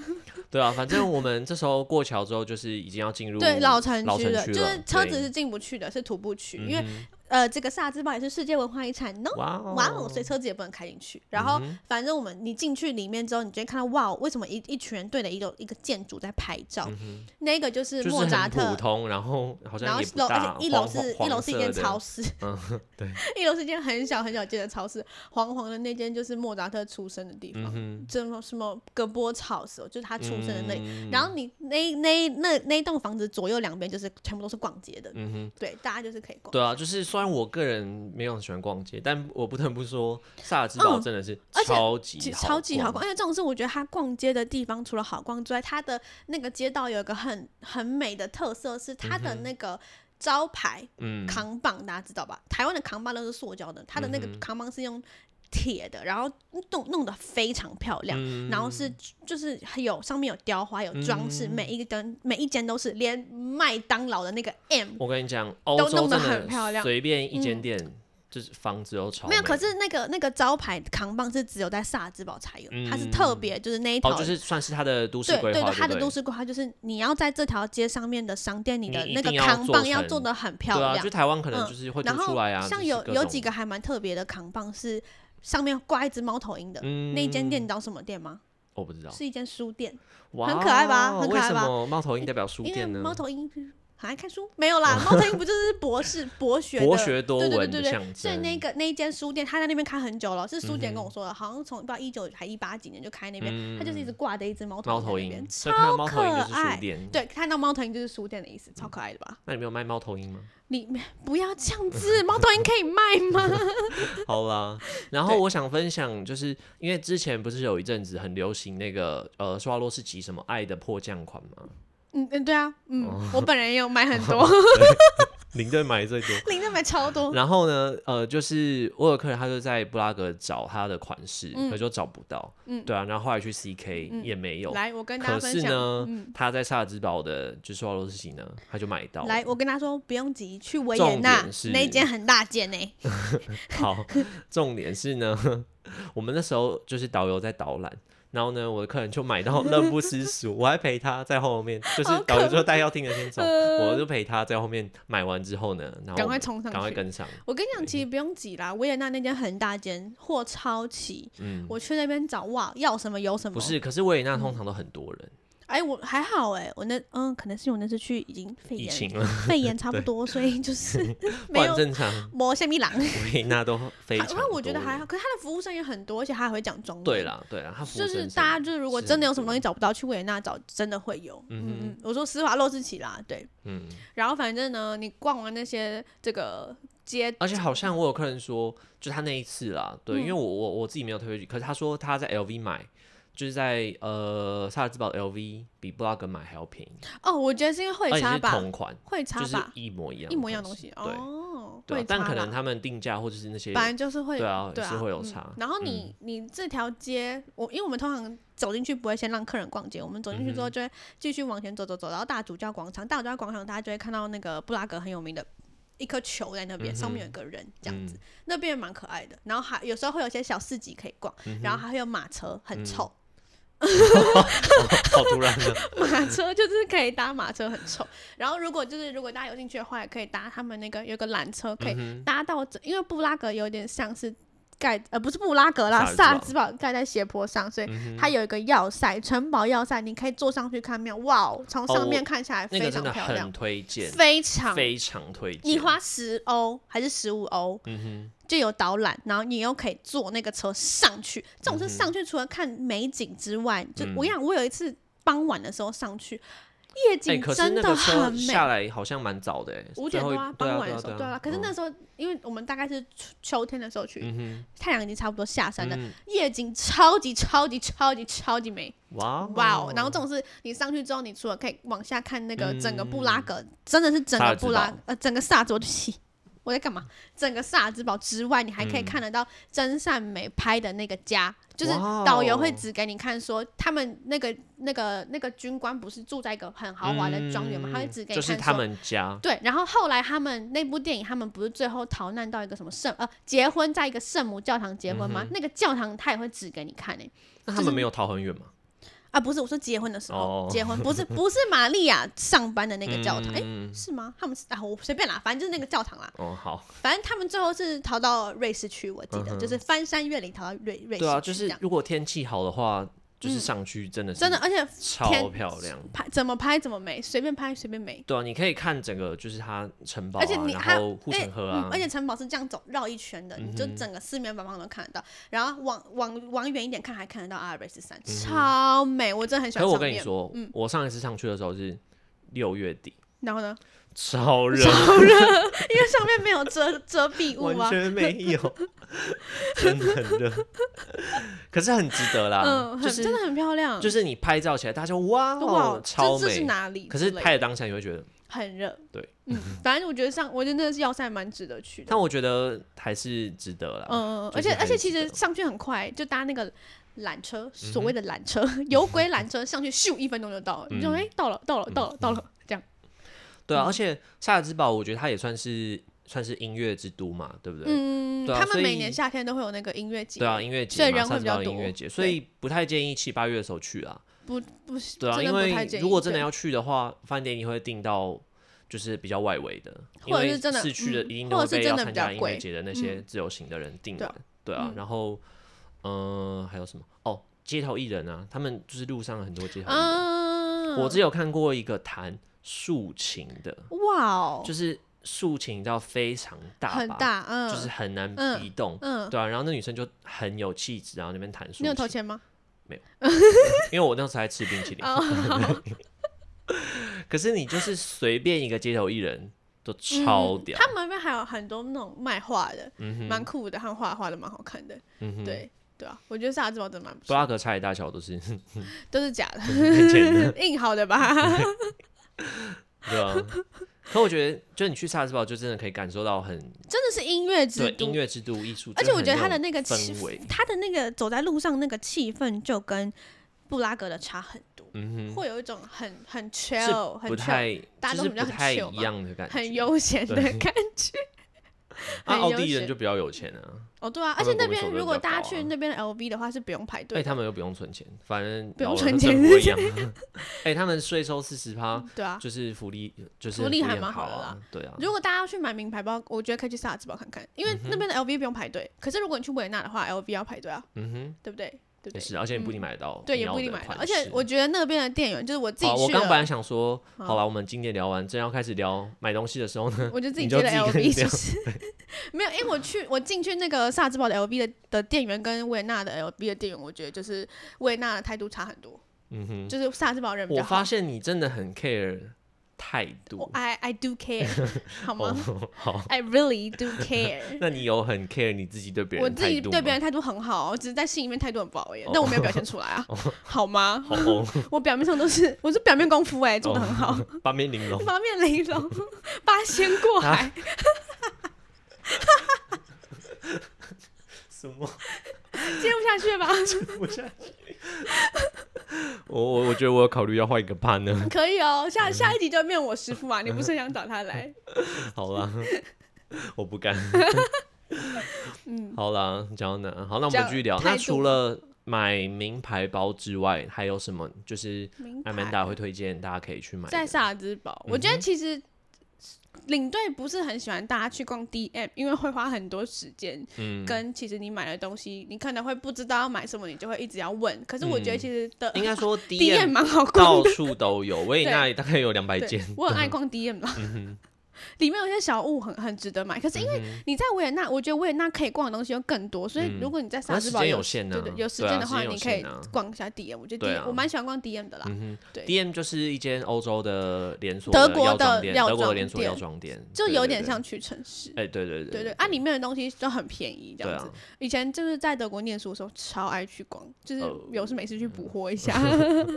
[SPEAKER 1] 对啊，反正我们这时候过桥之后，就是已经要进入
[SPEAKER 2] 对，老城
[SPEAKER 1] 老
[SPEAKER 2] 区的，
[SPEAKER 1] 区
[SPEAKER 2] 就是
[SPEAKER 1] 了
[SPEAKER 2] 车
[SPEAKER 1] 对
[SPEAKER 2] 子是进不去的，是徒步区，因为
[SPEAKER 1] 嗯
[SPEAKER 2] 呃，这个萨兹堡也是世界文化遗产呢。
[SPEAKER 1] 哼哇嗯
[SPEAKER 2] 哇哦，所以车子也不能开进去。然后，反正我们你进去里面之后，你就会看到哇，哦，为什么一一群人对着一个一个建筑在拍照？
[SPEAKER 1] 嗯
[SPEAKER 2] 那个就是
[SPEAKER 1] 就是
[SPEAKER 2] 莫扎
[SPEAKER 1] 很
[SPEAKER 2] 特
[SPEAKER 1] 普，通，然后好
[SPEAKER 2] 然
[SPEAKER 1] 像
[SPEAKER 2] 后
[SPEAKER 1] 也不
[SPEAKER 2] 楼
[SPEAKER 1] 大
[SPEAKER 2] 而，且一楼
[SPEAKER 1] 黄
[SPEAKER 2] 是
[SPEAKER 1] 黄
[SPEAKER 2] 一楼是一间
[SPEAKER 1] 色的
[SPEAKER 2] 超市，
[SPEAKER 1] 嗯， (laughs) 对，
[SPEAKER 2] (laughs) 一楼是一间很小很小间的超市，黄黄的那间就是莫扎特出生的地方，
[SPEAKER 1] 嗯
[SPEAKER 2] 什么什么格波草斯哦，就是他
[SPEAKER 1] 哼，
[SPEAKER 2] 出生的那里。
[SPEAKER 1] 嗯
[SPEAKER 2] 然后你那那那那一栋房子左右两边就是全部都是逛街的，
[SPEAKER 1] 嗯哼。
[SPEAKER 2] 对，大家就是可以逛。
[SPEAKER 1] 对啊，就是虽然我个人没有很喜欢逛街，但我不得不说，萨尔茨堡
[SPEAKER 2] 嗯
[SPEAKER 1] 真的是
[SPEAKER 2] 而且
[SPEAKER 1] 超
[SPEAKER 2] 其
[SPEAKER 1] 级
[SPEAKER 2] 实超级好逛，而且这种是我觉得它逛街的地方，除了好逛之外，它的那个街道有一个很很美的特色是它的那个招牌
[SPEAKER 1] 嗯，
[SPEAKER 2] 扛棒，大家知道吧？台湾的扛棒都是塑胶的，它的那个
[SPEAKER 1] 嗯哼
[SPEAKER 2] 扛棒是用铁的，然后弄弄得非常漂亮。
[SPEAKER 1] 嗯
[SPEAKER 2] 然后是就是有上面有雕花，有装饰，
[SPEAKER 1] 嗯
[SPEAKER 2] 每一个灯每一间都是，连麦当劳的那个 M
[SPEAKER 1] 我跟你讲，欧
[SPEAKER 2] 都
[SPEAKER 1] 洲
[SPEAKER 2] 弄得
[SPEAKER 1] 真
[SPEAKER 2] 很漂亮嗯
[SPEAKER 1] 随便一间店、就是房子都超
[SPEAKER 2] 没有，
[SPEAKER 1] 美
[SPEAKER 2] 可是那个那个招牌扛棒是只有在萨兹堡才有，它是
[SPEAKER 1] 嗯
[SPEAKER 2] 特别就是那一条
[SPEAKER 1] 哦，就是算是它的都市
[SPEAKER 2] 对
[SPEAKER 1] 规划，
[SPEAKER 2] 对，
[SPEAKER 1] 对啊
[SPEAKER 2] 它的
[SPEAKER 1] 不
[SPEAKER 2] 都市规划就是你要在这条街上面的商店，你的
[SPEAKER 1] 你一
[SPEAKER 2] 那个
[SPEAKER 1] 定要
[SPEAKER 2] 扛
[SPEAKER 1] 做
[SPEAKER 2] 棒要
[SPEAKER 1] 成
[SPEAKER 2] 做的很漂
[SPEAKER 1] 对啊，
[SPEAKER 2] 亮
[SPEAKER 1] 就。台湾可能
[SPEAKER 2] 嗯
[SPEAKER 1] 就是会做
[SPEAKER 2] 然
[SPEAKER 1] 出
[SPEAKER 2] 后
[SPEAKER 1] 来啊，
[SPEAKER 2] 像
[SPEAKER 1] 就是
[SPEAKER 2] 有
[SPEAKER 1] 各
[SPEAKER 2] 有
[SPEAKER 1] 种
[SPEAKER 2] 几个还蛮特别的扛棒是上面挂一只猫头鹰的。
[SPEAKER 1] 嗯
[SPEAKER 2] 那一间店你知道什么店吗？
[SPEAKER 1] 我不知道，
[SPEAKER 2] 是一间书店，
[SPEAKER 1] 哇，哦
[SPEAKER 2] 很可爱吧很可
[SPEAKER 1] 为
[SPEAKER 2] 爱
[SPEAKER 1] 什
[SPEAKER 2] 吧
[SPEAKER 1] 么猫头鹰代表书
[SPEAKER 2] 因为
[SPEAKER 1] 店呢？
[SPEAKER 2] 猫头鹰很爱看书。没有啦，猫头鹰不就是博士博学
[SPEAKER 1] 博
[SPEAKER 2] 的
[SPEAKER 1] 学多
[SPEAKER 2] 对对
[SPEAKER 1] 闻
[SPEAKER 2] 对
[SPEAKER 1] 的
[SPEAKER 2] 对
[SPEAKER 1] 象
[SPEAKER 2] 对，
[SPEAKER 1] 征，
[SPEAKER 2] 所以那个那一间书店，他在那边开很久了，是苏姐跟我说的，好像从不知道一九还一八几年就开那边，
[SPEAKER 1] 嗯
[SPEAKER 2] 他就是一直挂着一只猫头
[SPEAKER 1] 猫
[SPEAKER 2] 鹰在
[SPEAKER 1] 头鹰所以
[SPEAKER 2] 那边，，
[SPEAKER 1] 看到猫头鹰就是
[SPEAKER 2] 超可爱
[SPEAKER 1] 书店。
[SPEAKER 2] 对，看到猫头鹰就是书店的意思，超可爱的吧？
[SPEAKER 1] 那你没有卖猫头鹰吗？
[SPEAKER 2] 你不要这样
[SPEAKER 1] (laughs)
[SPEAKER 2] 子，猫头鹰可以卖吗？ (laughs)
[SPEAKER 1] 好啦，然后
[SPEAKER 2] 对
[SPEAKER 1] 我想分享，就是因为之前不是有一阵子很流行那个呃施华洛世奇什么爱的迫降款吗？
[SPEAKER 2] 嗯嗯，对啊，嗯，
[SPEAKER 1] 哦
[SPEAKER 2] 我本人也有买很
[SPEAKER 1] (laughs)
[SPEAKER 2] 多， (laughs)
[SPEAKER 1] 林队买最多。
[SPEAKER 2] 零的买超
[SPEAKER 1] (laughs)
[SPEAKER 2] 多。
[SPEAKER 1] 然后呢，呃，就是我有客人，他就在布拉格找他的款式，可就找不到，
[SPEAKER 2] 嗯
[SPEAKER 1] 对啊，然后后来去 CK、也没有，
[SPEAKER 2] 来，我跟大
[SPEAKER 1] 可
[SPEAKER 2] 家分
[SPEAKER 1] 是
[SPEAKER 2] 享。
[SPEAKER 1] 呢，
[SPEAKER 2] 嗯，
[SPEAKER 1] 他在萨尔兹堡的就施华洛世奇呢，他就买到了，
[SPEAKER 2] 来，我跟他说不用急，去维
[SPEAKER 1] 重
[SPEAKER 2] 也纳
[SPEAKER 1] 点是
[SPEAKER 2] 那一间很大间呢、
[SPEAKER 1] 好，重点是呢， (laughs) 我们那时候就是导游在导览，然后呢，我的客人就买到乐不思蜀，我还陪他在后面，就是
[SPEAKER 2] 好
[SPEAKER 1] 导游
[SPEAKER 2] 可
[SPEAKER 1] 就带要听的先走，
[SPEAKER 2] 呃
[SPEAKER 1] 我就陪他在后面买完之后呢，然后
[SPEAKER 2] 赶
[SPEAKER 1] 我
[SPEAKER 2] 快
[SPEAKER 1] 们
[SPEAKER 2] 冲上
[SPEAKER 1] 赶快
[SPEAKER 2] 去
[SPEAKER 1] 跟上，
[SPEAKER 2] 我跟你讲，其实不用急啦，维也纳那间很大间，货超齐。
[SPEAKER 1] 嗯，
[SPEAKER 2] 我去那边找哇，要什么有什么。嗯
[SPEAKER 1] 不是，可是维也纳通常都很多人，
[SPEAKER 2] 哎，我还好哎，我那嗯，可能是因为我那次去已经肺
[SPEAKER 1] 疫
[SPEAKER 2] 炎，
[SPEAKER 1] 情了，
[SPEAKER 2] 肺
[SPEAKER 1] (laughs)
[SPEAKER 2] 炎差不多，所以就是
[SPEAKER 1] 不
[SPEAKER 2] 没
[SPEAKER 1] 然
[SPEAKER 2] 有
[SPEAKER 1] 正常 (laughs)
[SPEAKER 2] 磨虾米狼。
[SPEAKER 1] 维纳都非常
[SPEAKER 2] 因
[SPEAKER 1] 多
[SPEAKER 2] 为
[SPEAKER 1] 人。
[SPEAKER 2] 我觉得还好，可是他的服务生也很多，而且他还会讲中文。
[SPEAKER 1] 对啦，对啦，他服务
[SPEAKER 2] 就是
[SPEAKER 1] 生
[SPEAKER 2] 大家就是如果
[SPEAKER 1] 是
[SPEAKER 2] 真的有什
[SPEAKER 1] 对
[SPEAKER 2] 么东西找不到，去维也纳找真的会有。
[SPEAKER 1] 嗯
[SPEAKER 2] 嗯
[SPEAKER 1] 哼
[SPEAKER 2] 嗯，我说施华洛世奇啦，对。
[SPEAKER 1] 嗯，
[SPEAKER 2] 然后反正呢，你逛完那些这个街，
[SPEAKER 1] 而且好像我有客人说，就他那一次啦，对，
[SPEAKER 2] 嗯
[SPEAKER 1] 因为我我我自己没有特别去，可是他说他在 LV 买，就是在呃萨尔兹堡的 LV 比布拉格买还要便宜，
[SPEAKER 2] 哦，我觉得是因为
[SPEAKER 1] 而
[SPEAKER 2] 会
[SPEAKER 1] 且
[SPEAKER 2] 差
[SPEAKER 1] 是
[SPEAKER 2] 吧，
[SPEAKER 1] 同款，
[SPEAKER 2] 会差
[SPEAKER 1] 就是
[SPEAKER 2] 吧，
[SPEAKER 1] 一模一样，
[SPEAKER 2] 一模一样东。西
[SPEAKER 1] 对
[SPEAKER 2] 哦，
[SPEAKER 1] 对啊
[SPEAKER 2] 会，
[SPEAKER 1] 但
[SPEAKER 2] 差
[SPEAKER 1] 可能
[SPEAKER 2] 啦
[SPEAKER 1] 他们定价或者是那些
[SPEAKER 2] 本来就是会，
[SPEAKER 1] 对啊
[SPEAKER 2] 对
[SPEAKER 1] 也是会有
[SPEAKER 2] 嗯
[SPEAKER 1] 差
[SPEAKER 2] 然后你你这条街，我因为我们通常走进去不会先让客人逛街，我们走进去
[SPEAKER 1] 嗯
[SPEAKER 2] 之后就会继续往前走走走，然后大主教广场，大主教广场大家就会看到那个布拉格很有名的。一颗球在那边，上面有一个人这样子，
[SPEAKER 1] 嗯
[SPEAKER 2] 那边也蛮可爱的。然后还有时候会有一些小市集可以逛，
[SPEAKER 1] 嗯
[SPEAKER 2] 然后还会有马车，很臭。
[SPEAKER 1] 好突然啊
[SPEAKER 2] (laughs)
[SPEAKER 1] 的，
[SPEAKER 2] 马车就是可以搭马车，很臭。然后如果就是如果大家有兴趣的话，也可以搭他们那个有个缆车，可以
[SPEAKER 1] 嗯
[SPEAKER 2] 搭到整，因为布拉格有点像是盖呃不是布拉格啦，
[SPEAKER 1] 萨
[SPEAKER 2] 萨
[SPEAKER 1] 尔嗯
[SPEAKER 2] 尔
[SPEAKER 1] 兹
[SPEAKER 2] 兹堡盖在斜坡上，所以它有一个要塞，城堡要塞，你可以坐上去看庙，哇哦，从
[SPEAKER 1] 哦
[SPEAKER 2] 上面看下来
[SPEAKER 1] 那
[SPEAKER 2] 非
[SPEAKER 1] 个真
[SPEAKER 2] 常
[SPEAKER 1] 的
[SPEAKER 2] 漂亮
[SPEAKER 1] 很，推荐，
[SPEAKER 2] 非常。
[SPEAKER 1] 非常推荐。哎
[SPEAKER 2] 你花十欧还是十五欧，
[SPEAKER 1] 嗯
[SPEAKER 2] 就有导览，然后你又可以坐那个车上去。这种车上去除了看美景之外，就
[SPEAKER 1] 嗯
[SPEAKER 2] 我跟你讲，我有一次傍晚的时候上去，夜
[SPEAKER 1] 哼，哎，
[SPEAKER 2] 景
[SPEAKER 1] 可是
[SPEAKER 2] 真
[SPEAKER 1] 那
[SPEAKER 2] 的
[SPEAKER 1] 个
[SPEAKER 2] 很
[SPEAKER 1] 车
[SPEAKER 2] 美。
[SPEAKER 1] 下来好像蛮早的欸，
[SPEAKER 2] 五
[SPEAKER 1] 最
[SPEAKER 2] 点
[SPEAKER 1] 后
[SPEAKER 2] 多
[SPEAKER 1] 一
[SPEAKER 2] 啊，
[SPEAKER 1] 对
[SPEAKER 2] 傍晚的
[SPEAKER 1] 对
[SPEAKER 2] 时候，
[SPEAKER 1] 啊对
[SPEAKER 2] 对啊。可是那时候，因为我们大概是秋秋天的时候去，
[SPEAKER 1] 嗯
[SPEAKER 2] 太阳已经差不多下山
[SPEAKER 1] 哼，
[SPEAKER 2] 了，
[SPEAKER 1] 嗯
[SPEAKER 2] 夜景超级超级超级超级美，
[SPEAKER 1] 哇
[SPEAKER 2] 哇
[SPEAKER 1] 哦
[SPEAKER 2] 哦！然后这种是你上去之后，你除了可以往下看那个整个布拉
[SPEAKER 1] 嗯
[SPEAKER 2] 格，真的是整
[SPEAKER 1] 萨
[SPEAKER 2] 个
[SPEAKER 1] 尔兹
[SPEAKER 2] 布拉
[SPEAKER 1] 堡
[SPEAKER 2] 呃整个萨州的戏。我在干嘛？整个萨尔兹堡之外，你还可以看得到真善美拍的那个家，就是
[SPEAKER 1] 嗯哇
[SPEAKER 2] 导游会
[SPEAKER 1] 哦
[SPEAKER 2] 指给你看说，他们那个那个那个军官不是住在一个很豪华的庄园嘛，他会
[SPEAKER 1] 嗯
[SPEAKER 2] 指给你
[SPEAKER 1] 就
[SPEAKER 2] 看说，
[SPEAKER 1] 是他们家，
[SPEAKER 2] 对，然后后来他们那部电影，他们不是最后逃难到一个什么圣呃结婚，在一个圣母教堂结婚
[SPEAKER 1] 嗯
[SPEAKER 2] 吗？那个教堂他也会指给你看诶、欸
[SPEAKER 1] 那他们没有逃很远嘛？
[SPEAKER 2] 啊，不是，我说结婚的时候，
[SPEAKER 1] 哦
[SPEAKER 2] 结婚不是不是玛利亚上班的那个教堂，诶，
[SPEAKER 1] 嗯
[SPEAKER 2] 是吗？他们是啊，我随便啦，反正就是那个教堂啦。
[SPEAKER 1] 哦，好，
[SPEAKER 2] 反正他们最后是逃到瑞士去，我记
[SPEAKER 1] 嗯
[SPEAKER 2] 得、
[SPEAKER 1] 哼
[SPEAKER 2] 就是翻山越岭逃到瑞瑞士去
[SPEAKER 1] 对啊，就是
[SPEAKER 2] 这样嗯
[SPEAKER 1] 如果天气好的话，就是上去真的是
[SPEAKER 2] 真的，而且
[SPEAKER 1] 超
[SPEAKER 2] 天
[SPEAKER 1] 漂亮。
[SPEAKER 2] 拍怎么拍怎么美，随便拍随便美。
[SPEAKER 1] 对啊，你可以看整个就是它城堡啊，
[SPEAKER 2] 而且你还
[SPEAKER 1] 然后护城河啊嗯
[SPEAKER 2] 嗯，，而且城堡是这样走绕一圈的，你就整个四面八方都看得到。然后往往往远一点看，还看得到阿尔卑斯山，超美！我真的很喜
[SPEAKER 1] 嗯可
[SPEAKER 2] 欢
[SPEAKER 1] 是我
[SPEAKER 2] 上
[SPEAKER 1] 跟你
[SPEAKER 2] 面。嗯
[SPEAKER 1] 说，我上一次上去的时候是六月
[SPEAKER 2] (laughs)
[SPEAKER 1] 底，
[SPEAKER 2] 然后呢？
[SPEAKER 1] 超热，
[SPEAKER 2] 因为上面没有遮遮蔽物
[SPEAKER 1] 完
[SPEAKER 2] 啊。
[SPEAKER 1] 全没有， (laughs) 真的很热。可是很值得啦，
[SPEAKER 2] 嗯，
[SPEAKER 1] 啊就
[SPEAKER 2] 很真
[SPEAKER 1] 是
[SPEAKER 2] 的很漂亮。
[SPEAKER 1] 就是你拍照起来，大家哇哦，
[SPEAKER 2] 哇，
[SPEAKER 1] 超
[SPEAKER 2] 这这是
[SPEAKER 1] 美。
[SPEAKER 2] 哪里
[SPEAKER 1] 可
[SPEAKER 2] 之
[SPEAKER 1] 是
[SPEAKER 2] 类的？
[SPEAKER 1] 拍的当下你会觉得，
[SPEAKER 2] 很热。
[SPEAKER 1] 对， (laughs)
[SPEAKER 2] 嗯，反正我觉得上，我觉得那是要塞蛮值得去的。
[SPEAKER 1] 但我觉得还是值得啦。
[SPEAKER 2] 嗯，嗯嗯
[SPEAKER 1] 就
[SPEAKER 2] 而
[SPEAKER 1] 是
[SPEAKER 2] 且
[SPEAKER 1] 还
[SPEAKER 2] 而且
[SPEAKER 1] 是
[SPEAKER 2] 其
[SPEAKER 1] 值
[SPEAKER 2] 实
[SPEAKER 1] 得嗯
[SPEAKER 2] 上去很快，就搭那个缆车，所谓的缆车，有轨缆车上去咻一分钟就到了，你就
[SPEAKER 1] 嗯
[SPEAKER 2] 哎、到了到了到了到了这样。
[SPEAKER 1] 对啊，
[SPEAKER 2] 嗯
[SPEAKER 1] 而且萨尔兹堡，我觉得它也算是算是音乐之都嘛，对不对？
[SPEAKER 2] 嗯，
[SPEAKER 1] 对啊
[SPEAKER 2] 他
[SPEAKER 1] 所
[SPEAKER 2] 们每年
[SPEAKER 1] 以
[SPEAKER 2] 夏天都会有那个音乐节，
[SPEAKER 1] 对啊，音乐
[SPEAKER 2] 所
[SPEAKER 1] 节
[SPEAKER 2] 以
[SPEAKER 1] 嘛，
[SPEAKER 2] 人会
[SPEAKER 1] 萨尔兹堡的
[SPEAKER 2] 比较
[SPEAKER 1] 音乐
[SPEAKER 2] 多
[SPEAKER 1] 节，所以不太建议七八月的时候去啊。
[SPEAKER 2] 不不是，
[SPEAKER 1] 对啊，
[SPEAKER 2] 真
[SPEAKER 1] 因
[SPEAKER 2] 的不太
[SPEAKER 1] 为
[SPEAKER 2] 建议
[SPEAKER 1] 如果真的
[SPEAKER 2] 对
[SPEAKER 1] 要去的话，饭店你会订到就是比较外围的，因
[SPEAKER 2] 或者
[SPEAKER 1] 为
[SPEAKER 2] 是真的
[SPEAKER 1] 市区的
[SPEAKER 2] 嗯
[SPEAKER 1] 一定都
[SPEAKER 2] 或
[SPEAKER 1] 会
[SPEAKER 2] 者是
[SPEAKER 1] 被
[SPEAKER 2] 真
[SPEAKER 1] 要
[SPEAKER 2] 的
[SPEAKER 1] 参
[SPEAKER 2] 比较
[SPEAKER 1] 加音乐
[SPEAKER 2] 贵嗯
[SPEAKER 1] 节的那些自由行的人订
[SPEAKER 2] 对
[SPEAKER 1] 完。对啊，然后嗯、呃还有什么？哦，街头艺人啊，他们就是路上很多街头艺人。
[SPEAKER 2] 啊，
[SPEAKER 1] 我只有看过一个弹竖琴的，
[SPEAKER 2] 哇哦，
[SPEAKER 1] 就是竖琴到非常大吧，
[SPEAKER 2] 很大，嗯，
[SPEAKER 1] 就是很难
[SPEAKER 2] 嗯
[SPEAKER 1] 移动。
[SPEAKER 2] 嗯，
[SPEAKER 1] 对啊，然后那女生就很有气质，然后那边弹竖琴。
[SPEAKER 2] 你有投钱吗？
[SPEAKER 1] 因为我那时候还吃冰淇淋。
[SPEAKER 2] 哦
[SPEAKER 1] (laughs) 可是你就是随便一个街头艺人都超屌，
[SPEAKER 2] 嗯
[SPEAKER 1] 嗯
[SPEAKER 2] 他们那边还有很多那种卖画的，蛮酷的，他们画画的蛮好看的，对对啊，我觉得萨尔兹堡真的蛮不
[SPEAKER 1] 布
[SPEAKER 2] 错，
[SPEAKER 1] 拉格差异大小都是 (laughs)
[SPEAKER 2] 都是假
[SPEAKER 1] 很简单，
[SPEAKER 2] 的， (laughs) 印好的吧？ (laughs)
[SPEAKER 1] 对啊。可我觉得，就你去萨尔茨堡，就真的可以感受到很
[SPEAKER 2] 真的是音乐之
[SPEAKER 1] 对音
[SPEAKER 2] 都，
[SPEAKER 1] 乐之都艺术，
[SPEAKER 2] 而且我觉得他的那个
[SPEAKER 1] 真
[SPEAKER 2] 气
[SPEAKER 1] 的很有氛围，
[SPEAKER 2] 他的那个走在路上那个气氛就跟布拉格的差很多，
[SPEAKER 1] 嗯哼，
[SPEAKER 2] 会有一种很很
[SPEAKER 1] 是
[SPEAKER 2] chill 很
[SPEAKER 1] 不
[SPEAKER 2] chill。
[SPEAKER 1] 太
[SPEAKER 2] 大
[SPEAKER 1] 就
[SPEAKER 2] 家都
[SPEAKER 1] 是
[SPEAKER 2] 比较
[SPEAKER 1] 不
[SPEAKER 2] 很
[SPEAKER 1] 太
[SPEAKER 2] chill
[SPEAKER 1] 一
[SPEAKER 2] 嘛
[SPEAKER 1] 样的感觉，
[SPEAKER 2] 很悠闲的
[SPEAKER 1] 对
[SPEAKER 2] 感觉。
[SPEAKER 1] 啊，
[SPEAKER 2] 很
[SPEAKER 1] 奥
[SPEAKER 2] 悠
[SPEAKER 1] 地利人
[SPEAKER 2] 闲
[SPEAKER 1] 就比较有钱啊，
[SPEAKER 2] 哦，对啊，
[SPEAKER 1] 他
[SPEAKER 2] 而且
[SPEAKER 1] 们
[SPEAKER 2] 那
[SPEAKER 1] 国民
[SPEAKER 2] 边
[SPEAKER 1] 所得
[SPEAKER 2] 如果
[SPEAKER 1] 比较
[SPEAKER 2] 大家
[SPEAKER 1] 高啊
[SPEAKER 2] 去那边的 LV 的话是不用排
[SPEAKER 1] 哎，
[SPEAKER 2] 队的，
[SPEAKER 1] 他们又不用存钱，反正
[SPEAKER 2] 不用
[SPEAKER 1] 老了
[SPEAKER 2] 存
[SPEAKER 1] 政
[SPEAKER 2] 钱
[SPEAKER 1] 府一样，
[SPEAKER 2] (laughs)
[SPEAKER 1] 哎，他们税收四十趴，
[SPEAKER 2] 对啊。
[SPEAKER 1] 就是福利，就是
[SPEAKER 2] 福利还
[SPEAKER 1] 很
[SPEAKER 2] 蛮
[SPEAKER 1] 好
[SPEAKER 2] 好的
[SPEAKER 1] 啊，对啊，
[SPEAKER 2] 如果大家要去买名牌包，我觉得可以
[SPEAKER 1] 嗯
[SPEAKER 2] 去萨尔茨堡看看，因为那边的 LV 不用排队。可是如果你去维也纳的话，LV 要排队啊，
[SPEAKER 1] 嗯哼，
[SPEAKER 2] 对不对？对不
[SPEAKER 1] 也
[SPEAKER 2] 对？嗯
[SPEAKER 1] 是，而且也不一定买得到，
[SPEAKER 2] 对，也不一定买
[SPEAKER 1] 到
[SPEAKER 2] 到。。而且我觉得那边的店员，就是我自己
[SPEAKER 1] 啊好，我
[SPEAKER 2] 去
[SPEAKER 1] 刚
[SPEAKER 2] 了，
[SPEAKER 1] 本来想说，好
[SPEAKER 2] 好
[SPEAKER 1] 了，我们今天聊完，正要开始聊买东西的时候呢，
[SPEAKER 2] 我就自己
[SPEAKER 1] 你
[SPEAKER 2] 去
[SPEAKER 1] 就自己跟
[SPEAKER 2] 了 LV，
[SPEAKER 1] 这
[SPEAKER 2] 就
[SPEAKER 1] 样
[SPEAKER 2] 是
[SPEAKER 1] (laughs)
[SPEAKER 2] 没有，因为我去我进去那个萨之堡的 LV 的的店员跟维也纳的 LV 的店员，我觉得就是维也纳的态度差很多，
[SPEAKER 1] 嗯哼，
[SPEAKER 2] 就是萨之堡人比
[SPEAKER 1] 我
[SPEAKER 2] 较
[SPEAKER 1] 发
[SPEAKER 2] 好。
[SPEAKER 1] 现你真的很 care 态
[SPEAKER 2] 我
[SPEAKER 1] 度。
[SPEAKER 2] I I do
[SPEAKER 1] (laughs)
[SPEAKER 2] care，好吗、
[SPEAKER 1] 哦，好，
[SPEAKER 2] i really do care 。
[SPEAKER 1] (laughs) 那你有很 care 你自己对别
[SPEAKER 2] 我
[SPEAKER 1] 人的
[SPEAKER 2] 自
[SPEAKER 1] 态
[SPEAKER 2] 己
[SPEAKER 1] 度
[SPEAKER 2] 对别
[SPEAKER 1] 吗
[SPEAKER 2] 人态度很好，我只是在心里面态度很不好而已
[SPEAKER 1] 哦，
[SPEAKER 2] 但我没有表
[SPEAKER 1] (laughs)
[SPEAKER 2] 现出来啊，好吗？
[SPEAKER 1] 好哦， (laughs)
[SPEAKER 2] 我表面上都是我是表面功夫哎、做的很 (laughs) 好，
[SPEAKER 1] 八面玲珑，
[SPEAKER 2] 八面玲 (laughs) 珑，八仙过海，啊
[SPEAKER 1] (laughs) 什么？
[SPEAKER 2] 接不下去了吧？
[SPEAKER 1] (laughs) 我现在，我我我觉得我有考虑要换一个 partner。
[SPEAKER 2] (laughs) 可以哦，
[SPEAKER 1] 嗯
[SPEAKER 2] 下下一集就变我师傅啊嘛，你不是很想找他来？
[SPEAKER 1] 好啦，我不敢。嗯，好啦，讲到哪？好，那我
[SPEAKER 2] 这
[SPEAKER 1] 们
[SPEAKER 2] 样
[SPEAKER 1] 继续聊。
[SPEAKER 2] 态
[SPEAKER 1] 那
[SPEAKER 2] 度
[SPEAKER 1] 除了买名牌包之外，还有什么？就是
[SPEAKER 2] (laughs) 明
[SPEAKER 1] 阿曼达会推荐大家嗯可以去买的。
[SPEAKER 2] 在萨尔兹堡，我觉得其实领队不是很喜欢大家去逛 DM，因为会花很多时间。
[SPEAKER 1] 嗯，
[SPEAKER 2] 跟其实你买的东西，你可能会不知道要买什么，你就会一直要问。可是我觉得
[SPEAKER 1] 嗯
[SPEAKER 2] 其实的
[SPEAKER 1] 应该说
[SPEAKER 2] D M
[SPEAKER 1] DM
[SPEAKER 2] 蛮好
[SPEAKER 1] 到
[SPEAKER 2] 逛的，
[SPEAKER 1] 处都有，维也纳大概有两百
[SPEAKER 2] 对
[SPEAKER 1] 间。
[SPEAKER 2] 我很爱逛 D M 啦。
[SPEAKER 1] 嗯
[SPEAKER 2] (laughs) 里面有些小物很很值得买，可是因为你在维也纳，我觉得维也纳可以逛的东西又更多，所以
[SPEAKER 1] 嗯
[SPEAKER 2] 如果你在
[SPEAKER 1] 那
[SPEAKER 2] 萨
[SPEAKER 1] 时
[SPEAKER 2] 斯堡
[SPEAKER 1] 间
[SPEAKER 2] 有
[SPEAKER 1] 有限呢、
[SPEAKER 2] 对对有时
[SPEAKER 1] 啊
[SPEAKER 2] 间的话，
[SPEAKER 1] 有
[SPEAKER 2] 你可以
[SPEAKER 1] 限啊
[SPEAKER 2] 逛一下 D M。我觉得
[SPEAKER 1] 对
[SPEAKER 2] D
[SPEAKER 1] 啊
[SPEAKER 2] M 我蛮喜欢逛 D M 的啦。
[SPEAKER 1] 嗯哼
[SPEAKER 2] 对
[SPEAKER 1] ，D M 就是一间欧洲的连锁
[SPEAKER 2] 德国
[SPEAKER 1] 药妆
[SPEAKER 2] 的
[SPEAKER 1] 店，
[SPEAKER 2] 药
[SPEAKER 1] 德国的
[SPEAKER 2] 妆
[SPEAKER 1] 连锁
[SPEAKER 2] 店
[SPEAKER 1] 药妆店，
[SPEAKER 2] 就
[SPEAKER 1] 对
[SPEAKER 2] 有
[SPEAKER 1] 对
[SPEAKER 2] 点
[SPEAKER 1] 对
[SPEAKER 2] 像屈臣氏。
[SPEAKER 1] 哎、对对
[SPEAKER 2] 对对
[SPEAKER 1] 对，
[SPEAKER 2] 啊，里面的东西都很便宜，这
[SPEAKER 1] 对
[SPEAKER 2] 样子。
[SPEAKER 1] 啊，
[SPEAKER 2] 以前就是在德国念书的时候，超爱去逛，就是
[SPEAKER 1] 哦嗯
[SPEAKER 2] 有事没事去补货一下。
[SPEAKER 1] (laughs)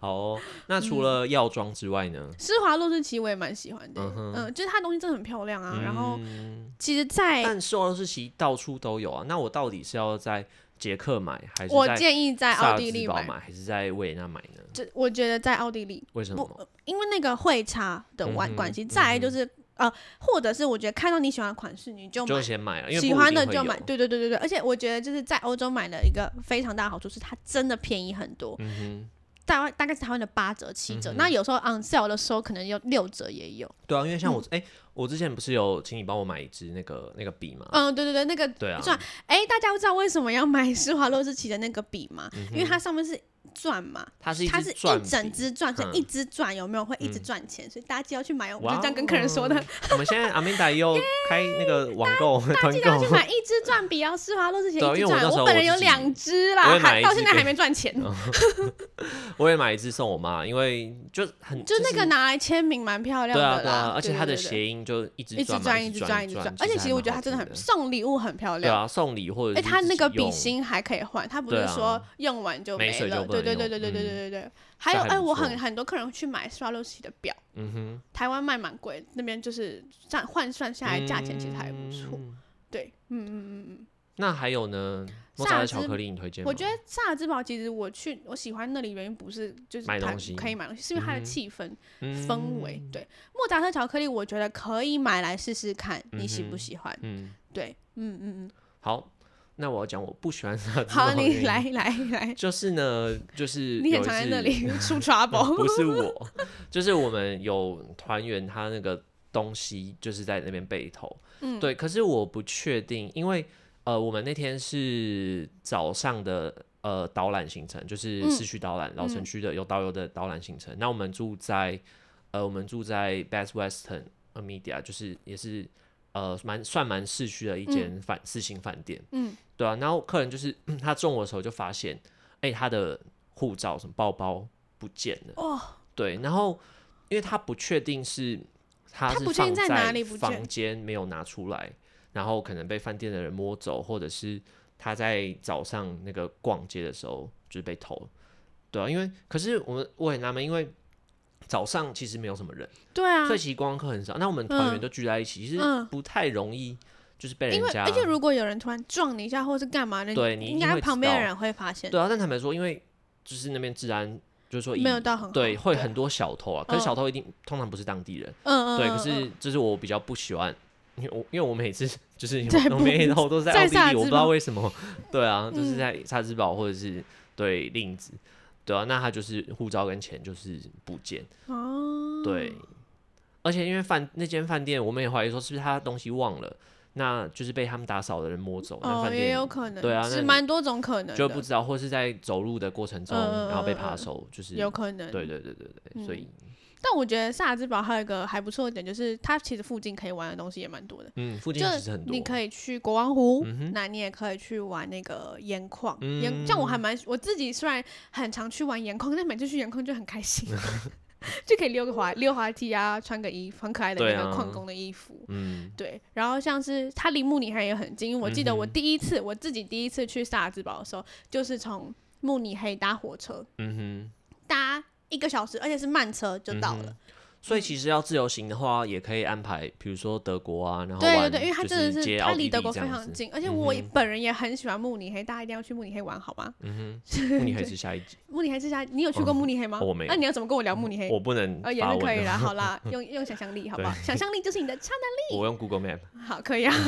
[SPEAKER 1] 好哦、那
[SPEAKER 2] 嗯
[SPEAKER 1] 除了药妆之外呢？
[SPEAKER 2] (laughs) 施华洛世奇我也蛮喜欢的，
[SPEAKER 1] 嗯哼
[SPEAKER 2] 嗯、就是它东西真的很漂亮啊。然后
[SPEAKER 1] 嗯
[SPEAKER 2] 其实在，
[SPEAKER 1] 但施华洛世奇到处都有啊。那我到底是要在捷克买，还是
[SPEAKER 2] 我
[SPEAKER 1] 在
[SPEAKER 2] 建议在
[SPEAKER 1] 萨
[SPEAKER 2] 奥
[SPEAKER 1] 尔
[SPEAKER 2] 地
[SPEAKER 1] 茨
[SPEAKER 2] 利
[SPEAKER 1] 堡
[SPEAKER 2] 买，
[SPEAKER 1] 买，还是在维也纳买呢？
[SPEAKER 2] 这我觉得在奥地利，
[SPEAKER 1] 为什
[SPEAKER 2] 不
[SPEAKER 1] 么？
[SPEAKER 2] 因为那个会差的
[SPEAKER 1] 嗯
[SPEAKER 2] 关
[SPEAKER 1] 哼
[SPEAKER 2] 关系。
[SPEAKER 1] 嗯
[SPEAKER 2] 再来就
[SPEAKER 1] 哼
[SPEAKER 2] 是、呃，或者是我觉得看到你喜欢的款式你就买
[SPEAKER 1] 就，先买啊了，因为
[SPEAKER 2] 喜
[SPEAKER 1] 不一
[SPEAKER 2] 欢
[SPEAKER 1] 定
[SPEAKER 2] 的
[SPEAKER 1] 会
[SPEAKER 2] 就
[SPEAKER 1] 有
[SPEAKER 2] 买。对对对对对，而且我觉得就是在欧洲买的一个非常大的好处是它真的便宜很多，
[SPEAKER 1] 嗯
[SPEAKER 2] 大大概是台湾的八折七折，
[SPEAKER 1] 嗯哼
[SPEAKER 2] 那有时候 on sale 的时候可能有六折也有。
[SPEAKER 1] 哼，对啊，因为像
[SPEAKER 2] 嗯
[SPEAKER 1] 我哎、我之前不是有请你帮我买一支那个那个笔嘛？
[SPEAKER 2] 嗯，对对对，那个
[SPEAKER 1] 对啊，
[SPEAKER 2] 钻，哎、大家知道为什么要买施华洛世奇的那个笔吗？因为它上面是钻嘛，
[SPEAKER 1] 它嗯是一
[SPEAKER 2] 它
[SPEAKER 1] 支
[SPEAKER 2] 是
[SPEAKER 1] 钻
[SPEAKER 2] 一
[SPEAKER 1] 笔
[SPEAKER 2] 整支钻，所
[SPEAKER 1] 嗯
[SPEAKER 2] 以一支钻有没有会一直赚钱，所以大家记得要去买哦。我就这样跟
[SPEAKER 1] 哇
[SPEAKER 2] 客人说的
[SPEAKER 1] 哦，我们现在阿明达
[SPEAKER 2] (laughs)
[SPEAKER 1] 又开那个网购团
[SPEAKER 2] 记得要去
[SPEAKER 1] 购，
[SPEAKER 2] 买一支钻笔哦，施华洛世奇
[SPEAKER 1] 对啊
[SPEAKER 2] 一
[SPEAKER 1] 因
[SPEAKER 2] 支
[SPEAKER 1] 为我
[SPEAKER 2] 钻
[SPEAKER 1] 那，时候
[SPEAKER 2] 我本人
[SPEAKER 1] 我
[SPEAKER 2] 有
[SPEAKER 1] 自己
[SPEAKER 2] 两支
[SPEAKER 1] 我也买
[SPEAKER 2] 啦，还
[SPEAKER 1] 一
[SPEAKER 2] 到
[SPEAKER 1] 支
[SPEAKER 2] 现在还
[SPEAKER 1] 给嗯
[SPEAKER 2] 没赚钱，
[SPEAKER 1] 我也买一支送我妈，因为就很
[SPEAKER 2] 就那个
[SPEAKER 1] 是
[SPEAKER 2] 拿来签名蛮漂亮
[SPEAKER 1] 对啊
[SPEAKER 2] 的
[SPEAKER 1] 对啊
[SPEAKER 2] 啦，，
[SPEAKER 1] 而且它的
[SPEAKER 2] 对对对
[SPEAKER 1] 谐音就一直
[SPEAKER 2] 一直
[SPEAKER 1] 转
[SPEAKER 2] 钻
[SPEAKER 1] 一
[SPEAKER 2] 直
[SPEAKER 1] 转
[SPEAKER 2] 一直
[SPEAKER 1] 转，
[SPEAKER 2] 转，而且其实我觉得它
[SPEAKER 1] 它
[SPEAKER 2] 真的很送礼物很漂
[SPEAKER 1] 对
[SPEAKER 2] 亮。
[SPEAKER 1] 啊，送礼或者
[SPEAKER 2] 哎，
[SPEAKER 1] 是
[SPEAKER 2] 它
[SPEAKER 1] 自
[SPEAKER 2] 那
[SPEAKER 1] 己
[SPEAKER 2] 个笔
[SPEAKER 1] 用
[SPEAKER 2] 芯还可以换，它不
[SPEAKER 1] 对
[SPEAKER 2] 是
[SPEAKER 1] 啊
[SPEAKER 2] 说用完就
[SPEAKER 1] 没
[SPEAKER 2] 没
[SPEAKER 1] 水就
[SPEAKER 2] 了。
[SPEAKER 1] 不
[SPEAKER 2] 对对
[SPEAKER 1] 能
[SPEAKER 2] 对对
[SPEAKER 1] 用
[SPEAKER 2] 对对
[SPEAKER 1] 嗯
[SPEAKER 2] 对对对。还有
[SPEAKER 1] 这还
[SPEAKER 2] 哎，
[SPEAKER 1] 不
[SPEAKER 2] 我
[SPEAKER 1] 错
[SPEAKER 2] 很很多客人去买施华洛世奇的表，
[SPEAKER 1] 嗯哼，
[SPEAKER 2] 台湾卖蛮贵，那边就是算换算下来价钱其实还不错。
[SPEAKER 1] 嗯
[SPEAKER 2] 对，嗯嗯
[SPEAKER 1] 那还有呢？莫
[SPEAKER 2] 萨
[SPEAKER 1] 扎
[SPEAKER 2] 尔
[SPEAKER 1] 的
[SPEAKER 2] 兹
[SPEAKER 1] 巧克力你推荐吗？
[SPEAKER 2] 我觉得萨尔兹堡其实我去我喜欢那里原因不是就是
[SPEAKER 1] 买
[SPEAKER 2] 它
[SPEAKER 1] 东西
[SPEAKER 2] 可以买东西，是因为它的气氛、
[SPEAKER 1] 嗯
[SPEAKER 2] 氛围。对，莫扎特巧克力我觉得可以买来试试看，你喜
[SPEAKER 1] 嗯
[SPEAKER 2] 不
[SPEAKER 1] 哼
[SPEAKER 2] 喜欢？
[SPEAKER 1] 嗯
[SPEAKER 2] 对，嗯嗯
[SPEAKER 1] 好，那我要讲我不喜欢萨尔
[SPEAKER 2] 嗯，
[SPEAKER 1] 兹
[SPEAKER 2] 好，
[SPEAKER 1] 堡的原
[SPEAKER 2] 你
[SPEAKER 1] 因
[SPEAKER 2] 来来来，
[SPEAKER 1] 就是呢，就是
[SPEAKER 2] 你
[SPEAKER 1] 有
[SPEAKER 2] 很
[SPEAKER 1] 一
[SPEAKER 2] 常在那
[SPEAKER 1] 次 (laughs)
[SPEAKER 2] 里出
[SPEAKER 1] 嗯不
[SPEAKER 2] trouble。
[SPEAKER 1] 是我，就是我们有团员他那个东西就是在那边被偷，
[SPEAKER 2] 嗯
[SPEAKER 1] 对，可是我不确定，因为呃，我们那天是早上的呃导览行程，就是
[SPEAKER 2] 嗯
[SPEAKER 1] 市区导览、老城区的有导游的导览行程，那我们住在呃我们住在 Best Western 呃 Media，就是也是。呃，蛮算蛮市区的一间饭四星饭店，
[SPEAKER 2] 嗯，
[SPEAKER 1] 对啊，然后客人就是 (clears throat) 他中午的时候就发现，哎、他的护照什么包包不见了，
[SPEAKER 2] 哦，
[SPEAKER 1] 对，然后因为他不确定是他
[SPEAKER 2] 他
[SPEAKER 1] 是
[SPEAKER 2] 不确
[SPEAKER 1] 放
[SPEAKER 2] 定在哪里不
[SPEAKER 1] 房
[SPEAKER 2] 见
[SPEAKER 1] 间没有拿出来，然后可能被饭店的人摸走，或者是他在早上那个逛街的时候就是被偷，对啊，因为可是我们我很纳闷，因为早上其实没有什么人，
[SPEAKER 2] 对啊
[SPEAKER 1] 所，以其实观光客很少，那我们团员
[SPEAKER 2] 嗯
[SPEAKER 1] 都聚在一起，其实
[SPEAKER 2] 嗯
[SPEAKER 1] 不太容易就是被
[SPEAKER 2] 因
[SPEAKER 1] 人
[SPEAKER 2] 为
[SPEAKER 1] 家啊
[SPEAKER 2] 而且如果有人突然撞你一下或是干嘛的，
[SPEAKER 1] 对你一
[SPEAKER 2] 应
[SPEAKER 1] 定
[SPEAKER 2] 该
[SPEAKER 1] 会
[SPEAKER 2] 旁
[SPEAKER 1] 知
[SPEAKER 2] 边的
[SPEAKER 1] 道
[SPEAKER 2] 人会发现，
[SPEAKER 1] 对啊，但坦白说，因为就是那边治安就是说以
[SPEAKER 2] 没有到很好
[SPEAKER 1] 对会很多小偷啊，可是
[SPEAKER 2] 嗯
[SPEAKER 1] 小偷一定、通常不是当地人。
[SPEAKER 2] 嗯嗯，
[SPEAKER 1] 对，可
[SPEAKER 2] 嗯嗯
[SPEAKER 1] 是就是我比较不喜欢，因为我因为我每次 (laughs) 就是
[SPEAKER 2] 在
[SPEAKER 1] 我
[SPEAKER 2] 不
[SPEAKER 1] 每头都是在
[SPEAKER 2] 在
[SPEAKER 1] 奥
[SPEAKER 2] 萨
[SPEAKER 1] 地利，我
[SPEAKER 2] 兹
[SPEAKER 1] 不知道
[SPEAKER 2] 堡
[SPEAKER 1] 为什么。对啊，就是
[SPEAKER 2] 嗯
[SPEAKER 1] 在萨兹堡或者是对令子，对啊，那他就是护照跟钱就是不见，
[SPEAKER 2] 哦，
[SPEAKER 1] 对。而且因为饭那间饭店，我们也怀疑说是不是他东西忘了，那就是被他们打扫的人摸走，那
[SPEAKER 2] 哦，
[SPEAKER 1] 饭
[SPEAKER 2] 也
[SPEAKER 1] 店
[SPEAKER 2] 有可能，
[SPEAKER 1] 对啊那
[SPEAKER 2] 是
[SPEAKER 1] 你
[SPEAKER 2] 蛮多种可能的，
[SPEAKER 1] 就不知道，或是在走路的过程中，
[SPEAKER 2] 嗯嗯
[SPEAKER 1] 然后被
[SPEAKER 2] 嗯
[SPEAKER 1] 扒
[SPEAKER 2] 嗯
[SPEAKER 1] 手，就是
[SPEAKER 2] 有可能。嗯
[SPEAKER 1] 对对对对对，所以
[SPEAKER 2] 但我觉得萨尔兹堡还有一个还不错的点，就是它其实附近可以玩的东西也蛮多的，
[SPEAKER 1] 嗯，附近
[SPEAKER 2] 就
[SPEAKER 1] 其实很多，嗯
[SPEAKER 2] 你可以去国王湖，那你也可以去玩那个盐矿，盐像我还蛮我自己虽然很常去玩盐矿，但每次去盐矿就很
[SPEAKER 1] (laughs)
[SPEAKER 2] 开心， (laughs) 就可以溜个滑溜滑梯啊，穿个衣服很可爱的
[SPEAKER 1] 对
[SPEAKER 2] 那
[SPEAKER 1] 啊
[SPEAKER 2] 个矿工的衣服。
[SPEAKER 1] 嗯，
[SPEAKER 2] 对，然后像是它离慕尼黑也很近，因为我记得我
[SPEAKER 1] 嗯哼
[SPEAKER 2] 第一次、我自己第一次去萨尔兹堡的时候，就是从慕尼黑搭火车，
[SPEAKER 1] 嗯
[SPEAKER 2] 搭一个小时，而且是慢车就到了。
[SPEAKER 1] 哼，所以其实要自由行的话，也可以安排，比如说德国啊，然后
[SPEAKER 2] 对对
[SPEAKER 1] 玩
[SPEAKER 2] 对，因为它
[SPEAKER 1] 就
[SPEAKER 2] 真的
[SPEAKER 1] 是接
[SPEAKER 2] 它
[SPEAKER 1] 奥
[SPEAKER 2] 离
[SPEAKER 1] 地
[SPEAKER 2] 德
[SPEAKER 1] 利
[SPEAKER 2] 国
[SPEAKER 1] 这
[SPEAKER 2] 非
[SPEAKER 1] 样
[SPEAKER 2] 常
[SPEAKER 1] 子，
[SPEAKER 2] 近，而且我本人也很喜欢慕尼黑，大家一定要去慕尼黑玩好吗？
[SPEAKER 1] 嗯哼， (laughs) 慕尼黑是下一集，
[SPEAKER 2] 慕尼黑之下，你有去过慕尼黑吗？
[SPEAKER 1] 我没有嗯
[SPEAKER 2] 那你要怎 (laughs) 么跟我聊慕尼黑？
[SPEAKER 1] (laughs) 我不能
[SPEAKER 2] 呃，也
[SPEAKER 1] 发
[SPEAKER 2] 是可以
[SPEAKER 1] 问，
[SPEAKER 2] 啦，
[SPEAKER 1] (laughs)
[SPEAKER 2] 好啦，用用想象力好不好？想象力就是你的超
[SPEAKER 1] 我用 Google Map，
[SPEAKER 2] 好，
[SPEAKER 1] (laughs)
[SPEAKER 2] 可以啊。 (laughs)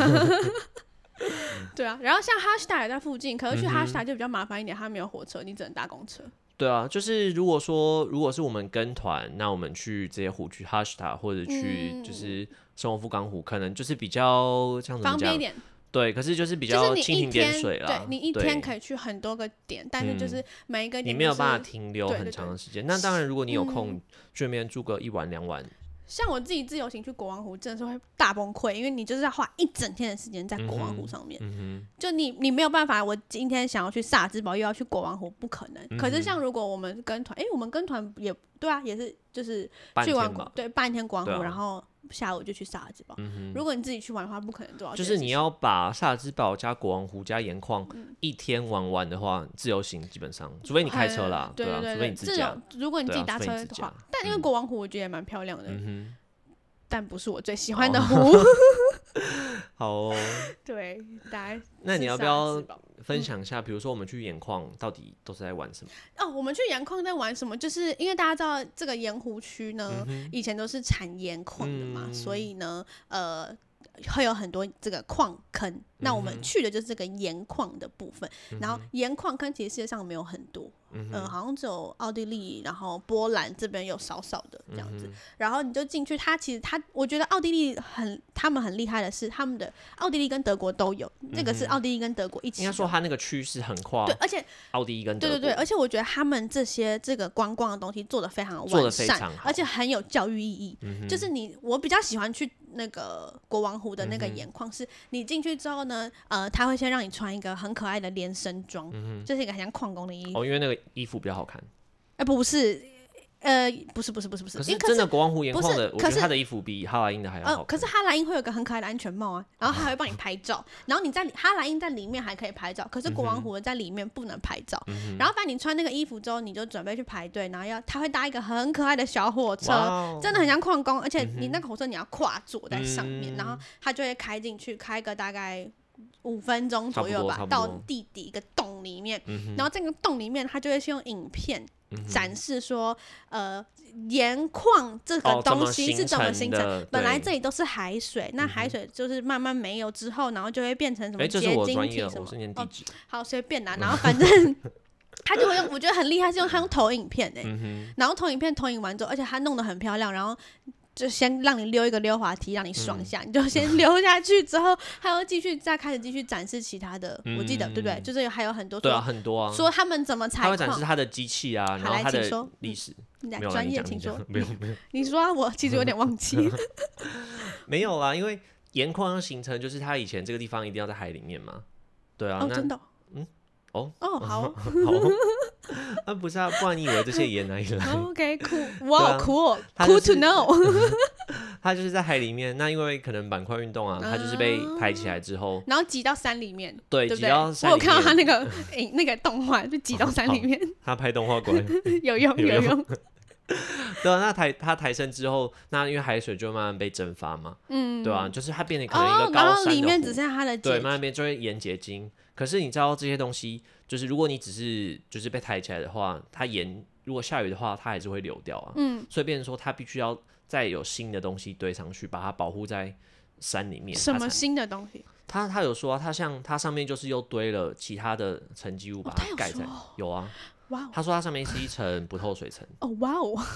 [SPEAKER 2] 对啊，然后像哈士达也在附近，可是
[SPEAKER 1] 嗯
[SPEAKER 2] 去哈士达就比较麻烦一点，它没有火车，你只能搭公车。
[SPEAKER 1] 对啊，就是如果说如果是我们跟团，那我们去这些湖，去哈什塔或者去
[SPEAKER 2] 嗯
[SPEAKER 1] 就是生活富冈湖，可能就是比嗯较像怎
[SPEAKER 2] 方
[SPEAKER 1] 么
[SPEAKER 2] 便一
[SPEAKER 1] 讲，
[SPEAKER 2] 点，
[SPEAKER 1] 对，可是就是比
[SPEAKER 2] 就是
[SPEAKER 1] 较
[SPEAKER 2] 你
[SPEAKER 1] 蜻
[SPEAKER 2] 一
[SPEAKER 1] 蜓点
[SPEAKER 2] 天，
[SPEAKER 1] 水啦
[SPEAKER 2] 对，你一天
[SPEAKER 1] 以。
[SPEAKER 2] 可以去很多个点，但是就是每一个
[SPEAKER 1] 你
[SPEAKER 2] 点
[SPEAKER 1] 没
[SPEAKER 2] 就
[SPEAKER 1] 有
[SPEAKER 2] 是
[SPEAKER 1] 办法停留
[SPEAKER 2] 对
[SPEAKER 1] 很
[SPEAKER 2] 对
[SPEAKER 1] 长
[SPEAKER 2] 对嗯
[SPEAKER 1] 的时间。那当然，如果你有空去那边住个一晚两晚，
[SPEAKER 2] 像我自己自由行去国王湖，真的是会大崩溃，因为你就是要花一整天的时间在国王湖上面，
[SPEAKER 1] 嗯
[SPEAKER 2] 就你你没有办法，我今天想要去萨尔兹堡，又要去国王湖，不可能。可
[SPEAKER 1] 嗯
[SPEAKER 2] 是像如果我们跟团，诶，我们跟团也对啊，也是就是
[SPEAKER 1] 哼，半
[SPEAKER 2] 去
[SPEAKER 1] 天
[SPEAKER 2] 完
[SPEAKER 1] 吧。
[SPEAKER 2] 对半天国王湖，
[SPEAKER 1] 对啊
[SPEAKER 2] 然后下午就去萨尔兹堡。
[SPEAKER 1] 嗯
[SPEAKER 2] 如果你自己去玩的话，不可能做到
[SPEAKER 1] 哼，
[SPEAKER 2] 这
[SPEAKER 1] 就
[SPEAKER 2] 件事
[SPEAKER 1] 是
[SPEAKER 2] 情。嗯
[SPEAKER 1] 你要把萨尔兹堡加国王湖加盐矿一天玩完的话，自由行基本上，除非你开车啦
[SPEAKER 2] 嗯，对
[SPEAKER 1] 啊，
[SPEAKER 2] 对
[SPEAKER 1] 除
[SPEAKER 2] 对
[SPEAKER 1] 非你自
[SPEAKER 2] 这
[SPEAKER 1] 驾
[SPEAKER 2] 种。如果你
[SPEAKER 1] 对
[SPEAKER 2] 自
[SPEAKER 1] 啊
[SPEAKER 2] 己搭
[SPEAKER 1] 除非
[SPEAKER 2] 车
[SPEAKER 1] 你自
[SPEAKER 2] 的话，
[SPEAKER 1] 驾
[SPEAKER 2] 但因为
[SPEAKER 1] 嗯
[SPEAKER 2] 国王湖我觉得也蛮漂亮的，
[SPEAKER 1] 嗯
[SPEAKER 2] 但不是我最喜欢的
[SPEAKER 1] 哦
[SPEAKER 2] 湖。 (laughs)
[SPEAKER 1] 哼，好哦。
[SPEAKER 2] 对，大家
[SPEAKER 1] 那你
[SPEAKER 2] 是
[SPEAKER 1] 要不
[SPEAKER 2] 萨尔
[SPEAKER 1] 要
[SPEAKER 2] 兹堡
[SPEAKER 1] 分享一下？比如说我们去盐矿到底都是在玩什么？
[SPEAKER 2] 哦，我们去盐矿在玩什么？就是因为大家知道这个盐湖区呢，以前都是产盐矿的嘛，
[SPEAKER 1] 嗯
[SPEAKER 2] 所以呢，呃。会有很多这个矿坑，那我
[SPEAKER 1] 嗯
[SPEAKER 2] 们去的就是这个盐矿的部分。然后盐矿坑其实世界上没有很多，嗯、好像只有奥地利，然后波兰这边有少少的这样
[SPEAKER 1] 嗯
[SPEAKER 2] 子。然后你就进去，它其实它，我觉得奥地利很，他们很厉害的是他们的奥地利跟德国都有，这个是奥地利跟德国一
[SPEAKER 1] 嗯
[SPEAKER 2] 起
[SPEAKER 1] 应该
[SPEAKER 2] 的。
[SPEAKER 1] 说它那个区是横跨
[SPEAKER 2] 对，而且
[SPEAKER 1] 奥地利跟德
[SPEAKER 2] 对对
[SPEAKER 1] 国。
[SPEAKER 2] 对，而且我觉得他们这些这个观光的东西做的非常
[SPEAKER 1] 做得
[SPEAKER 2] 完
[SPEAKER 1] 非
[SPEAKER 2] 善
[SPEAKER 1] 常好，嗯
[SPEAKER 2] 而且很有教育意义。就是你，我比较喜欢去那个国王湖
[SPEAKER 1] 嗯
[SPEAKER 2] 的那个盐矿，是你进去之后呢，呃，他会先让你穿一个很可爱的连身装，就是一个很像矿工的衣服。哎、
[SPEAKER 1] 嗯
[SPEAKER 2] 哎
[SPEAKER 1] 哦，因为那个衣服比较好看。
[SPEAKER 2] 不是，呃，不是，不是，不是，不是，
[SPEAKER 1] 可
[SPEAKER 2] 因
[SPEAKER 1] 是
[SPEAKER 2] 为可
[SPEAKER 1] 真
[SPEAKER 2] 是。
[SPEAKER 1] 的国王湖盐
[SPEAKER 2] 不
[SPEAKER 1] 矿
[SPEAKER 2] 是
[SPEAKER 1] 的，我
[SPEAKER 2] 可
[SPEAKER 1] 觉得他
[SPEAKER 2] 是
[SPEAKER 1] 的衣服比哈莱因的还要
[SPEAKER 2] 呃
[SPEAKER 1] 好，
[SPEAKER 2] 可
[SPEAKER 1] 看
[SPEAKER 2] 是。哈兰因会有一个很可爱的安全
[SPEAKER 1] (laughs)
[SPEAKER 2] 帽啊，然后还会帮你拍照，然后你在里哈兰因在里面还可以拍照，可
[SPEAKER 1] 嗯
[SPEAKER 2] 是国王湖的在里面不能拍照。然后反正你穿那个衣服之后，你就准备去排队，然后要他会搭一个很可爱的小火车，
[SPEAKER 1] 哇哦嗯
[SPEAKER 2] 真的很像矿工，而且你那个火车你要跨坐在上面，然后他就会开进去，开个大概。五分钟左右
[SPEAKER 1] 差
[SPEAKER 2] 吧
[SPEAKER 1] 不，多差嗯
[SPEAKER 2] 到
[SPEAKER 1] 不多
[SPEAKER 2] 地底一个洞里面，然后这个洞里面，他就会先用影片
[SPEAKER 1] 嗯
[SPEAKER 2] 展示说，呃，盐矿这个
[SPEAKER 1] 哦怎么
[SPEAKER 2] 东西是
[SPEAKER 1] 形
[SPEAKER 2] 怎么
[SPEAKER 1] 成
[SPEAKER 2] 形成
[SPEAKER 1] 的
[SPEAKER 2] 本来
[SPEAKER 1] 对嗯
[SPEAKER 2] 这里都是海水，那海水就是慢慢没有之后，然后就会变成什么
[SPEAKER 1] 哎，这
[SPEAKER 2] 结
[SPEAKER 1] 是我的
[SPEAKER 2] 晶
[SPEAKER 1] 专
[SPEAKER 2] 体
[SPEAKER 1] 业，
[SPEAKER 2] 什
[SPEAKER 1] 我
[SPEAKER 2] 么
[SPEAKER 1] 是。念地
[SPEAKER 2] 哦，
[SPEAKER 1] 质。
[SPEAKER 2] 好随
[SPEAKER 1] (laughs)
[SPEAKER 2] 便啦，然后反正 (laughs) 他就会用，我觉得很厉害，是用他用投影片哎、
[SPEAKER 1] 嗯
[SPEAKER 2] 然后投影片投影完之后，而且他弄得很漂亮，然后。就先让你溜一个溜滑梯，让你
[SPEAKER 1] 嗯
[SPEAKER 2] 爽一下，你就先溜下去之后，还要继续再开始继续展示其他的，我记得对不对？就是有还有很多
[SPEAKER 1] 对啊，
[SPEAKER 2] 说
[SPEAKER 1] 很多啊。
[SPEAKER 2] 说他们怎么采
[SPEAKER 1] 他会展示
[SPEAKER 2] 矿，
[SPEAKER 1] 他的机器啊，然
[SPEAKER 2] 好
[SPEAKER 1] 后
[SPEAKER 2] 来
[SPEAKER 1] 他
[SPEAKER 2] 请
[SPEAKER 1] 的
[SPEAKER 2] 说
[SPEAKER 1] 历史。
[SPEAKER 2] 你来
[SPEAKER 1] 没有啦
[SPEAKER 2] 专
[SPEAKER 1] 你
[SPEAKER 2] 业，
[SPEAKER 1] 讲
[SPEAKER 2] 请
[SPEAKER 1] 你
[SPEAKER 2] 说
[SPEAKER 1] (laughs) 讲。没有没有
[SPEAKER 2] 你说啊，我其实有点忘记。
[SPEAKER 1] (laughs) 没有啦，因为盐矿要形成，就是它以前这个地方一定要在海里面嘛。对啊，
[SPEAKER 2] 哦，
[SPEAKER 1] 那
[SPEAKER 2] 真的哦。
[SPEAKER 1] 嗯哦。
[SPEAKER 2] 哦，好哦。
[SPEAKER 1] (laughs) 好 (laughs) 哦，那不是啊，不然你以为这些盐哪里来？
[SPEAKER 2] OK，酷，
[SPEAKER 1] (laughs)
[SPEAKER 2] 哇
[SPEAKER 1] 对啊
[SPEAKER 2] ，cool，
[SPEAKER 1] 它就
[SPEAKER 2] cool
[SPEAKER 1] 是
[SPEAKER 2] to know。 (laughs)
[SPEAKER 1] 它就是在海里面。那因为可能板块运动啊，它就是被排起来之后，
[SPEAKER 2] 然后挤到山里面，
[SPEAKER 1] 对，
[SPEAKER 2] 对不
[SPEAKER 1] 挤
[SPEAKER 2] 对？
[SPEAKER 1] 到
[SPEAKER 2] 我
[SPEAKER 1] 山
[SPEAKER 2] 有
[SPEAKER 1] 里
[SPEAKER 2] 看到
[SPEAKER 1] (laughs)
[SPEAKER 2] 他
[SPEAKER 1] 面，
[SPEAKER 2] 那个 (laughs) 影那个动画，就挤到山里面，
[SPEAKER 1] 它拍动画过来。
[SPEAKER 2] (laughs) 有用
[SPEAKER 1] 哦有
[SPEAKER 2] 有
[SPEAKER 1] 用
[SPEAKER 2] 用。
[SPEAKER 1] (laughs) 对啊，那抬它抬升之后，那因为海水就慢慢被蒸发嘛，嗯，对啊，就是它变得可能一
[SPEAKER 2] 哦
[SPEAKER 1] 个，
[SPEAKER 2] 然
[SPEAKER 1] 高
[SPEAKER 2] 后
[SPEAKER 1] 山
[SPEAKER 2] 里
[SPEAKER 1] 的
[SPEAKER 2] 面
[SPEAKER 1] 湖
[SPEAKER 2] 只剩下他的
[SPEAKER 1] 对，
[SPEAKER 2] 结
[SPEAKER 1] 慢慢变就会盐结晶。可是你知道这些东西，就是如果你只是就是被抬起来的话，它盐如果下雨的话，它还是会流掉啊。嗯，所以变成说它必须要再有新的东西堆上去，把它保护在山里面。
[SPEAKER 2] 什
[SPEAKER 1] 它才？
[SPEAKER 2] 么新的东西？
[SPEAKER 1] 它它有说啊，它像它上面就是又堆了其他的沉积物，把
[SPEAKER 2] 哦它
[SPEAKER 1] 它
[SPEAKER 2] 有
[SPEAKER 1] 盖在。
[SPEAKER 2] 说哦
[SPEAKER 1] 有啊，
[SPEAKER 2] 哇哦
[SPEAKER 1] 他说它上面是一层不透水层，
[SPEAKER 2] 哦哇
[SPEAKER 1] (laughs)
[SPEAKER 2] 哦哇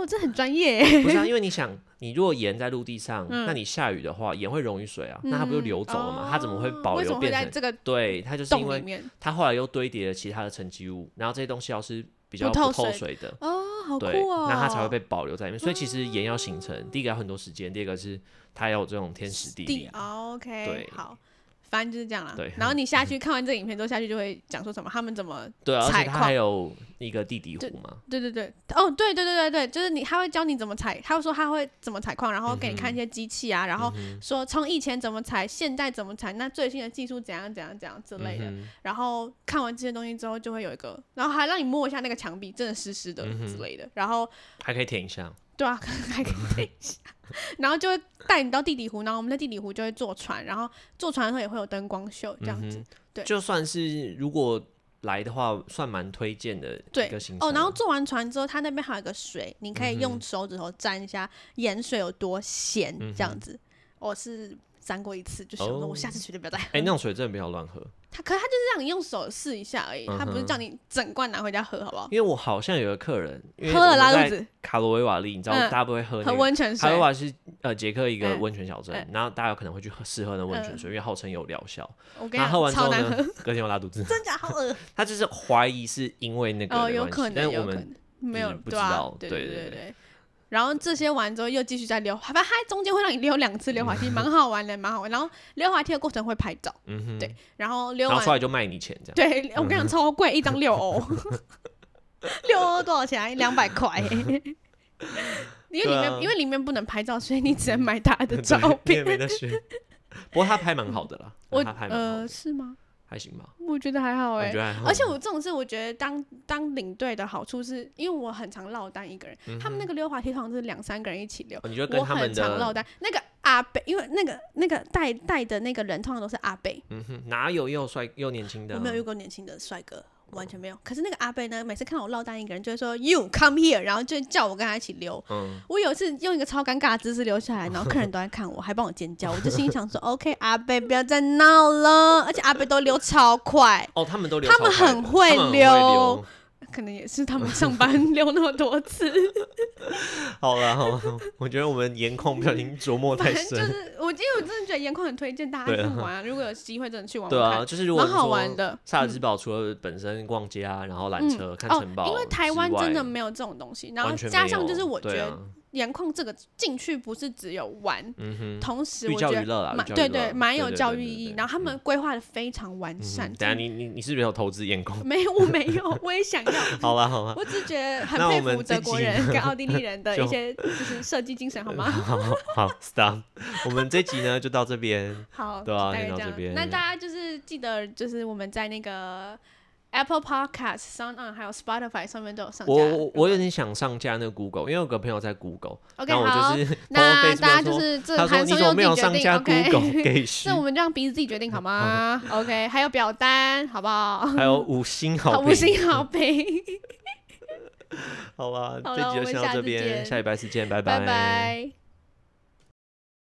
[SPEAKER 2] 哦，这很专业耶。 (laughs)
[SPEAKER 1] 不是啊，因为你想，你如果盐在陆地上，
[SPEAKER 2] 嗯
[SPEAKER 1] 那你下雨的话，盐会溶于水啊，那它不就
[SPEAKER 2] 嗯
[SPEAKER 1] 流走了吗？
[SPEAKER 2] 哦
[SPEAKER 1] 它怎么会保
[SPEAKER 2] 为什
[SPEAKER 1] 留
[SPEAKER 2] 么会
[SPEAKER 1] 变
[SPEAKER 2] 在
[SPEAKER 1] 成？
[SPEAKER 2] 这个
[SPEAKER 1] 对，它就是因
[SPEAKER 2] 洞里
[SPEAKER 1] 为
[SPEAKER 2] 面？
[SPEAKER 1] 它后来又堆叠了其他的沉积物，然后这些东西要是比较
[SPEAKER 2] 不透
[SPEAKER 1] 不透
[SPEAKER 2] 水
[SPEAKER 1] 水的，
[SPEAKER 2] 哦，好酷
[SPEAKER 1] 对，
[SPEAKER 2] 哦！啊
[SPEAKER 1] 那它才会被保留在里面。所以其实盐要形成，第一个要很多时间，第二个是它要有这种天时地利。
[SPEAKER 2] 哦 OK，
[SPEAKER 1] 对
[SPEAKER 2] 好，反正就是这样啦
[SPEAKER 1] 对。嗯
[SPEAKER 2] 然后你下去看完这个影片之后，下去就会讲说什么，他们怎么，
[SPEAKER 1] 对啊，而且
[SPEAKER 2] 采
[SPEAKER 1] 它
[SPEAKER 2] 矿
[SPEAKER 1] 还有一个地底湖嘛，
[SPEAKER 2] 对对对，哦，对对对对对，就是你，他会教你怎么采，他会说他会怎么采矿，然后给你
[SPEAKER 1] 嗯
[SPEAKER 2] 看一些机器啊，然后说从以前怎么采，现在怎么采，那最新的技术怎样怎样怎样之类的。
[SPEAKER 1] 嗯哼
[SPEAKER 2] 然后看完这些东西之后，就会有一个，然后还让你摸一下那个墙壁，真的湿湿的
[SPEAKER 1] 嗯哼
[SPEAKER 2] 之类的。然后
[SPEAKER 1] 还可以舔一下。
[SPEAKER 2] 对啊， (laughs) 还可以退一下。然后就会带你到地底湖，然后我们在地底湖就会坐船，然后坐船的时候也会有灯光秀
[SPEAKER 1] 嗯
[SPEAKER 2] 这样子。对
[SPEAKER 1] 就算是如果来的话，算蛮推荐的一
[SPEAKER 2] 对
[SPEAKER 1] 个行程
[SPEAKER 2] 哦，然后坐完船之后，它那边还有一个水，你可以用手指头沾一下盐水有多咸
[SPEAKER 1] 嗯哼
[SPEAKER 2] 这样子。我是沾过一次，就想说
[SPEAKER 1] 哦
[SPEAKER 2] 我下次绝对不要再
[SPEAKER 1] 哎，
[SPEAKER 2] 喝。
[SPEAKER 1] 那种水真的不要乱喝，
[SPEAKER 2] 他可是他就是让你用手试一下而已，他不
[SPEAKER 1] 嗯
[SPEAKER 2] 是
[SPEAKER 1] 哼
[SPEAKER 2] 叫你整罐拿回家喝，好不好？
[SPEAKER 1] 因为我好像有个客人，因为
[SPEAKER 2] 喝了
[SPEAKER 1] 我们
[SPEAKER 2] 拉肚
[SPEAKER 1] 在
[SPEAKER 2] 子，
[SPEAKER 1] 卡罗维瓦利，你知道
[SPEAKER 2] 嗯
[SPEAKER 1] 大家不会喝
[SPEAKER 2] 喝
[SPEAKER 1] 那个。
[SPEAKER 2] 温泉
[SPEAKER 1] 卡罗
[SPEAKER 2] 水
[SPEAKER 1] 维。瓦是呃捷克一个
[SPEAKER 2] 嗯
[SPEAKER 1] 温泉小镇，
[SPEAKER 2] 嗯
[SPEAKER 1] 然后大家有可能会去喝试喝那温泉
[SPEAKER 2] 嗯
[SPEAKER 1] 水，因为号称有疗效。
[SPEAKER 2] 我跟你
[SPEAKER 1] 那啊喝
[SPEAKER 2] 讲，
[SPEAKER 1] 完之
[SPEAKER 2] 超
[SPEAKER 1] 后
[SPEAKER 2] 难
[SPEAKER 1] 呢
[SPEAKER 2] 喝，，
[SPEAKER 1] 隔天我拉肚子。
[SPEAKER 2] 真假好恶。
[SPEAKER 1] (laughs) 他就是怀疑是因为那个
[SPEAKER 2] 哦，
[SPEAKER 1] 的
[SPEAKER 2] 有
[SPEAKER 1] 关
[SPEAKER 2] 可
[SPEAKER 1] 系但
[SPEAKER 2] 能，
[SPEAKER 1] 是
[SPEAKER 2] 有
[SPEAKER 1] 我
[SPEAKER 2] 可
[SPEAKER 1] 们
[SPEAKER 2] 能没有
[SPEAKER 1] 嗯不
[SPEAKER 2] 对
[SPEAKER 1] 知
[SPEAKER 2] 啊
[SPEAKER 1] 道
[SPEAKER 2] 对
[SPEAKER 1] 对
[SPEAKER 2] 对
[SPEAKER 1] 对对
[SPEAKER 2] 对。然后这些完之后又继续再溜，反正它中间会让你溜两次溜滑梯，蛮好玩的，蛮好玩。然后溜滑梯的过程会拍照，
[SPEAKER 1] 嗯哼，
[SPEAKER 2] 对然后溜
[SPEAKER 1] 然后出
[SPEAKER 2] 完，
[SPEAKER 1] 来就卖你钱这样。
[SPEAKER 2] 对我跟你讲超贵，一张
[SPEAKER 1] (laughs)
[SPEAKER 2] 六欧，六欧多少钱啊？两百块欸。因为里
[SPEAKER 1] 对啊
[SPEAKER 2] 面因为里面不能拍照，所以你只能买他
[SPEAKER 1] (laughs)
[SPEAKER 2] 的照
[SPEAKER 1] 你也
[SPEAKER 2] 片。
[SPEAKER 1] 没得选。不过他拍蛮好的啦，
[SPEAKER 2] (laughs) 我
[SPEAKER 1] 他拍蛮好
[SPEAKER 2] 呃
[SPEAKER 1] 的，
[SPEAKER 2] 是吗？
[SPEAKER 1] 还行吧。
[SPEAKER 2] 我觉得还好
[SPEAKER 1] 我
[SPEAKER 2] 哎
[SPEAKER 1] 觉。得还好，
[SPEAKER 2] 而且我这种事，我觉得当当领队的好处是，因为我很常落单一个人，他们那个溜滑梯通常是两三个人一起溜，
[SPEAKER 1] 哦你嗯就跟
[SPEAKER 2] 我
[SPEAKER 1] 他
[SPEAKER 2] 很
[SPEAKER 1] 们
[SPEAKER 2] 常落
[SPEAKER 1] 的，
[SPEAKER 2] 单。那个阿北，因为那个那个带带的那个人通常都是阿北，
[SPEAKER 1] 嗯哼，哪有又帅又年轻的
[SPEAKER 2] 我
[SPEAKER 1] 啊？
[SPEAKER 2] 没有遇过年轻的帅哥，完全没有。可是那个阿北呢，每次看我落单一个人，就会说 “You come here”，然后就叫我跟他一起溜。
[SPEAKER 1] 嗯，
[SPEAKER 2] 我有一次用一个超尴尬的姿势溜下来，然后客人都在看我，还帮我尖叫，我就心里想说 (laughs) ：“OK，阿北不要再闹了。”而且阿北都溜超快，
[SPEAKER 1] 哦，他们都留
[SPEAKER 2] 他
[SPEAKER 1] 超
[SPEAKER 2] 们
[SPEAKER 1] 快的
[SPEAKER 2] 很会
[SPEAKER 1] 他们
[SPEAKER 2] 溜
[SPEAKER 1] 溜。
[SPEAKER 2] 可能也是他们上班 (laughs) 溜那么多次。
[SPEAKER 1] 好了好了，我觉得我们颜控不小心琢磨太
[SPEAKER 2] (laughs) 反正就
[SPEAKER 1] 深。
[SPEAKER 2] 是，我因为我真的觉得严宽很推荐大家
[SPEAKER 1] 对啊
[SPEAKER 2] 去玩啊，如果有机会真的去玩
[SPEAKER 1] 对
[SPEAKER 2] 玩
[SPEAKER 1] 啊，
[SPEAKER 2] 看，
[SPEAKER 1] 就是如果
[SPEAKER 2] 蛮
[SPEAKER 1] 你
[SPEAKER 2] 好
[SPEAKER 1] 说
[SPEAKER 2] 玩的。嗯
[SPEAKER 1] 萨尔茨堡除了本身逛街啊，然后缆车、看
[SPEAKER 2] 哦
[SPEAKER 1] 城堡，
[SPEAKER 2] 因为台湾真的
[SPEAKER 1] 之外
[SPEAKER 2] 没有这种东西，然后
[SPEAKER 1] 完全没
[SPEAKER 2] 加上
[SPEAKER 1] 有
[SPEAKER 2] 就是我觉
[SPEAKER 1] 对
[SPEAKER 2] 得
[SPEAKER 1] 啊
[SPEAKER 2] 盐矿这个进去不是只有玩，
[SPEAKER 1] 嗯
[SPEAKER 2] 同时
[SPEAKER 1] 寓
[SPEAKER 2] 我
[SPEAKER 1] 教
[SPEAKER 2] 觉
[SPEAKER 1] 于
[SPEAKER 2] 得
[SPEAKER 1] 乐啊
[SPEAKER 2] 蛮
[SPEAKER 1] 寓教于
[SPEAKER 2] 对
[SPEAKER 1] 乐
[SPEAKER 2] 对蛮有
[SPEAKER 1] 对对
[SPEAKER 2] 教
[SPEAKER 1] 对对
[SPEAKER 2] 育意义
[SPEAKER 1] 对，
[SPEAKER 2] 然后他们规划的非常完
[SPEAKER 1] 嗯
[SPEAKER 2] 善
[SPEAKER 1] 哼，。等下
[SPEAKER 2] 真的
[SPEAKER 1] 你你你是不是有投资眼光？
[SPEAKER 2] (laughs) 没有我没有，我也想要。
[SPEAKER 1] 好啦好啦，
[SPEAKER 2] 我只是觉得很
[SPEAKER 1] 那我
[SPEAKER 2] 佩
[SPEAKER 1] 们
[SPEAKER 2] 服
[SPEAKER 1] 这
[SPEAKER 2] 德国
[SPEAKER 1] 集
[SPEAKER 2] 人跟奥地利人的
[SPEAKER 1] 就
[SPEAKER 2] 一些就是设计精神，好
[SPEAKER 1] (laughs)
[SPEAKER 2] 吗？
[SPEAKER 1] 好好 stop，我们这集呢就到这边。
[SPEAKER 2] 好，
[SPEAKER 1] 对啊
[SPEAKER 2] 大概
[SPEAKER 1] 先到
[SPEAKER 2] 这
[SPEAKER 1] 这边
[SPEAKER 2] 样。那大家就是记得，就是我们在那个 Apple Podcast、Sound On 还有 Spotify 上面都有上架。
[SPEAKER 1] 我我我有点想上架那个 Google，因为我有个朋友在 Google，
[SPEAKER 2] 嗯 OK
[SPEAKER 1] 然后
[SPEAKER 2] 好
[SPEAKER 1] 我就，是 (laughs) 偷偷
[SPEAKER 2] 那
[SPEAKER 1] Facebook
[SPEAKER 2] 大家
[SPEAKER 1] 说
[SPEAKER 2] 就是这
[SPEAKER 1] 他说
[SPEAKER 2] 函
[SPEAKER 1] 你
[SPEAKER 2] 授
[SPEAKER 1] 怎么没有
[SPEAKER 2] 就自
[SPEAKER 1] 上
[SPEAKER 2] 己
[SPEAKER 1] 架
[SPEAKER 2] 决定
[SPEAKER 1] Google (laughs)
[SPEAKER 2] (laughs) OK。
[SPEAKER 1] 给许
[SPEAKER 2] 这？我们就让彼此自己决定好吗？OK，还有表单，好不好？
[SPEAKER 1] 还有五星好
[SPEAKER 2] 好
[SPEAKER 1] 评，
[SPEAKER 2] 五星好评， (laughs)
[SPEAKER 1] 好吧，
[SPEAKER 2] 好
[SPEAKER 1] 这
[SPEAKER 2] 了
[SPEAKER 1] 集就
[SPEAKER 2] 我们
[SPEAKER 1] 先到
[SPEAKER 2] 下
[SPEAKER 1] 这
[SPEAKER 2] 次
[SPEAKER 1] 边，
[SPEAKER 2] 见
[SPEAKER 1] 下礼拜四见，拜
[SPEAKER 2] 拜拜。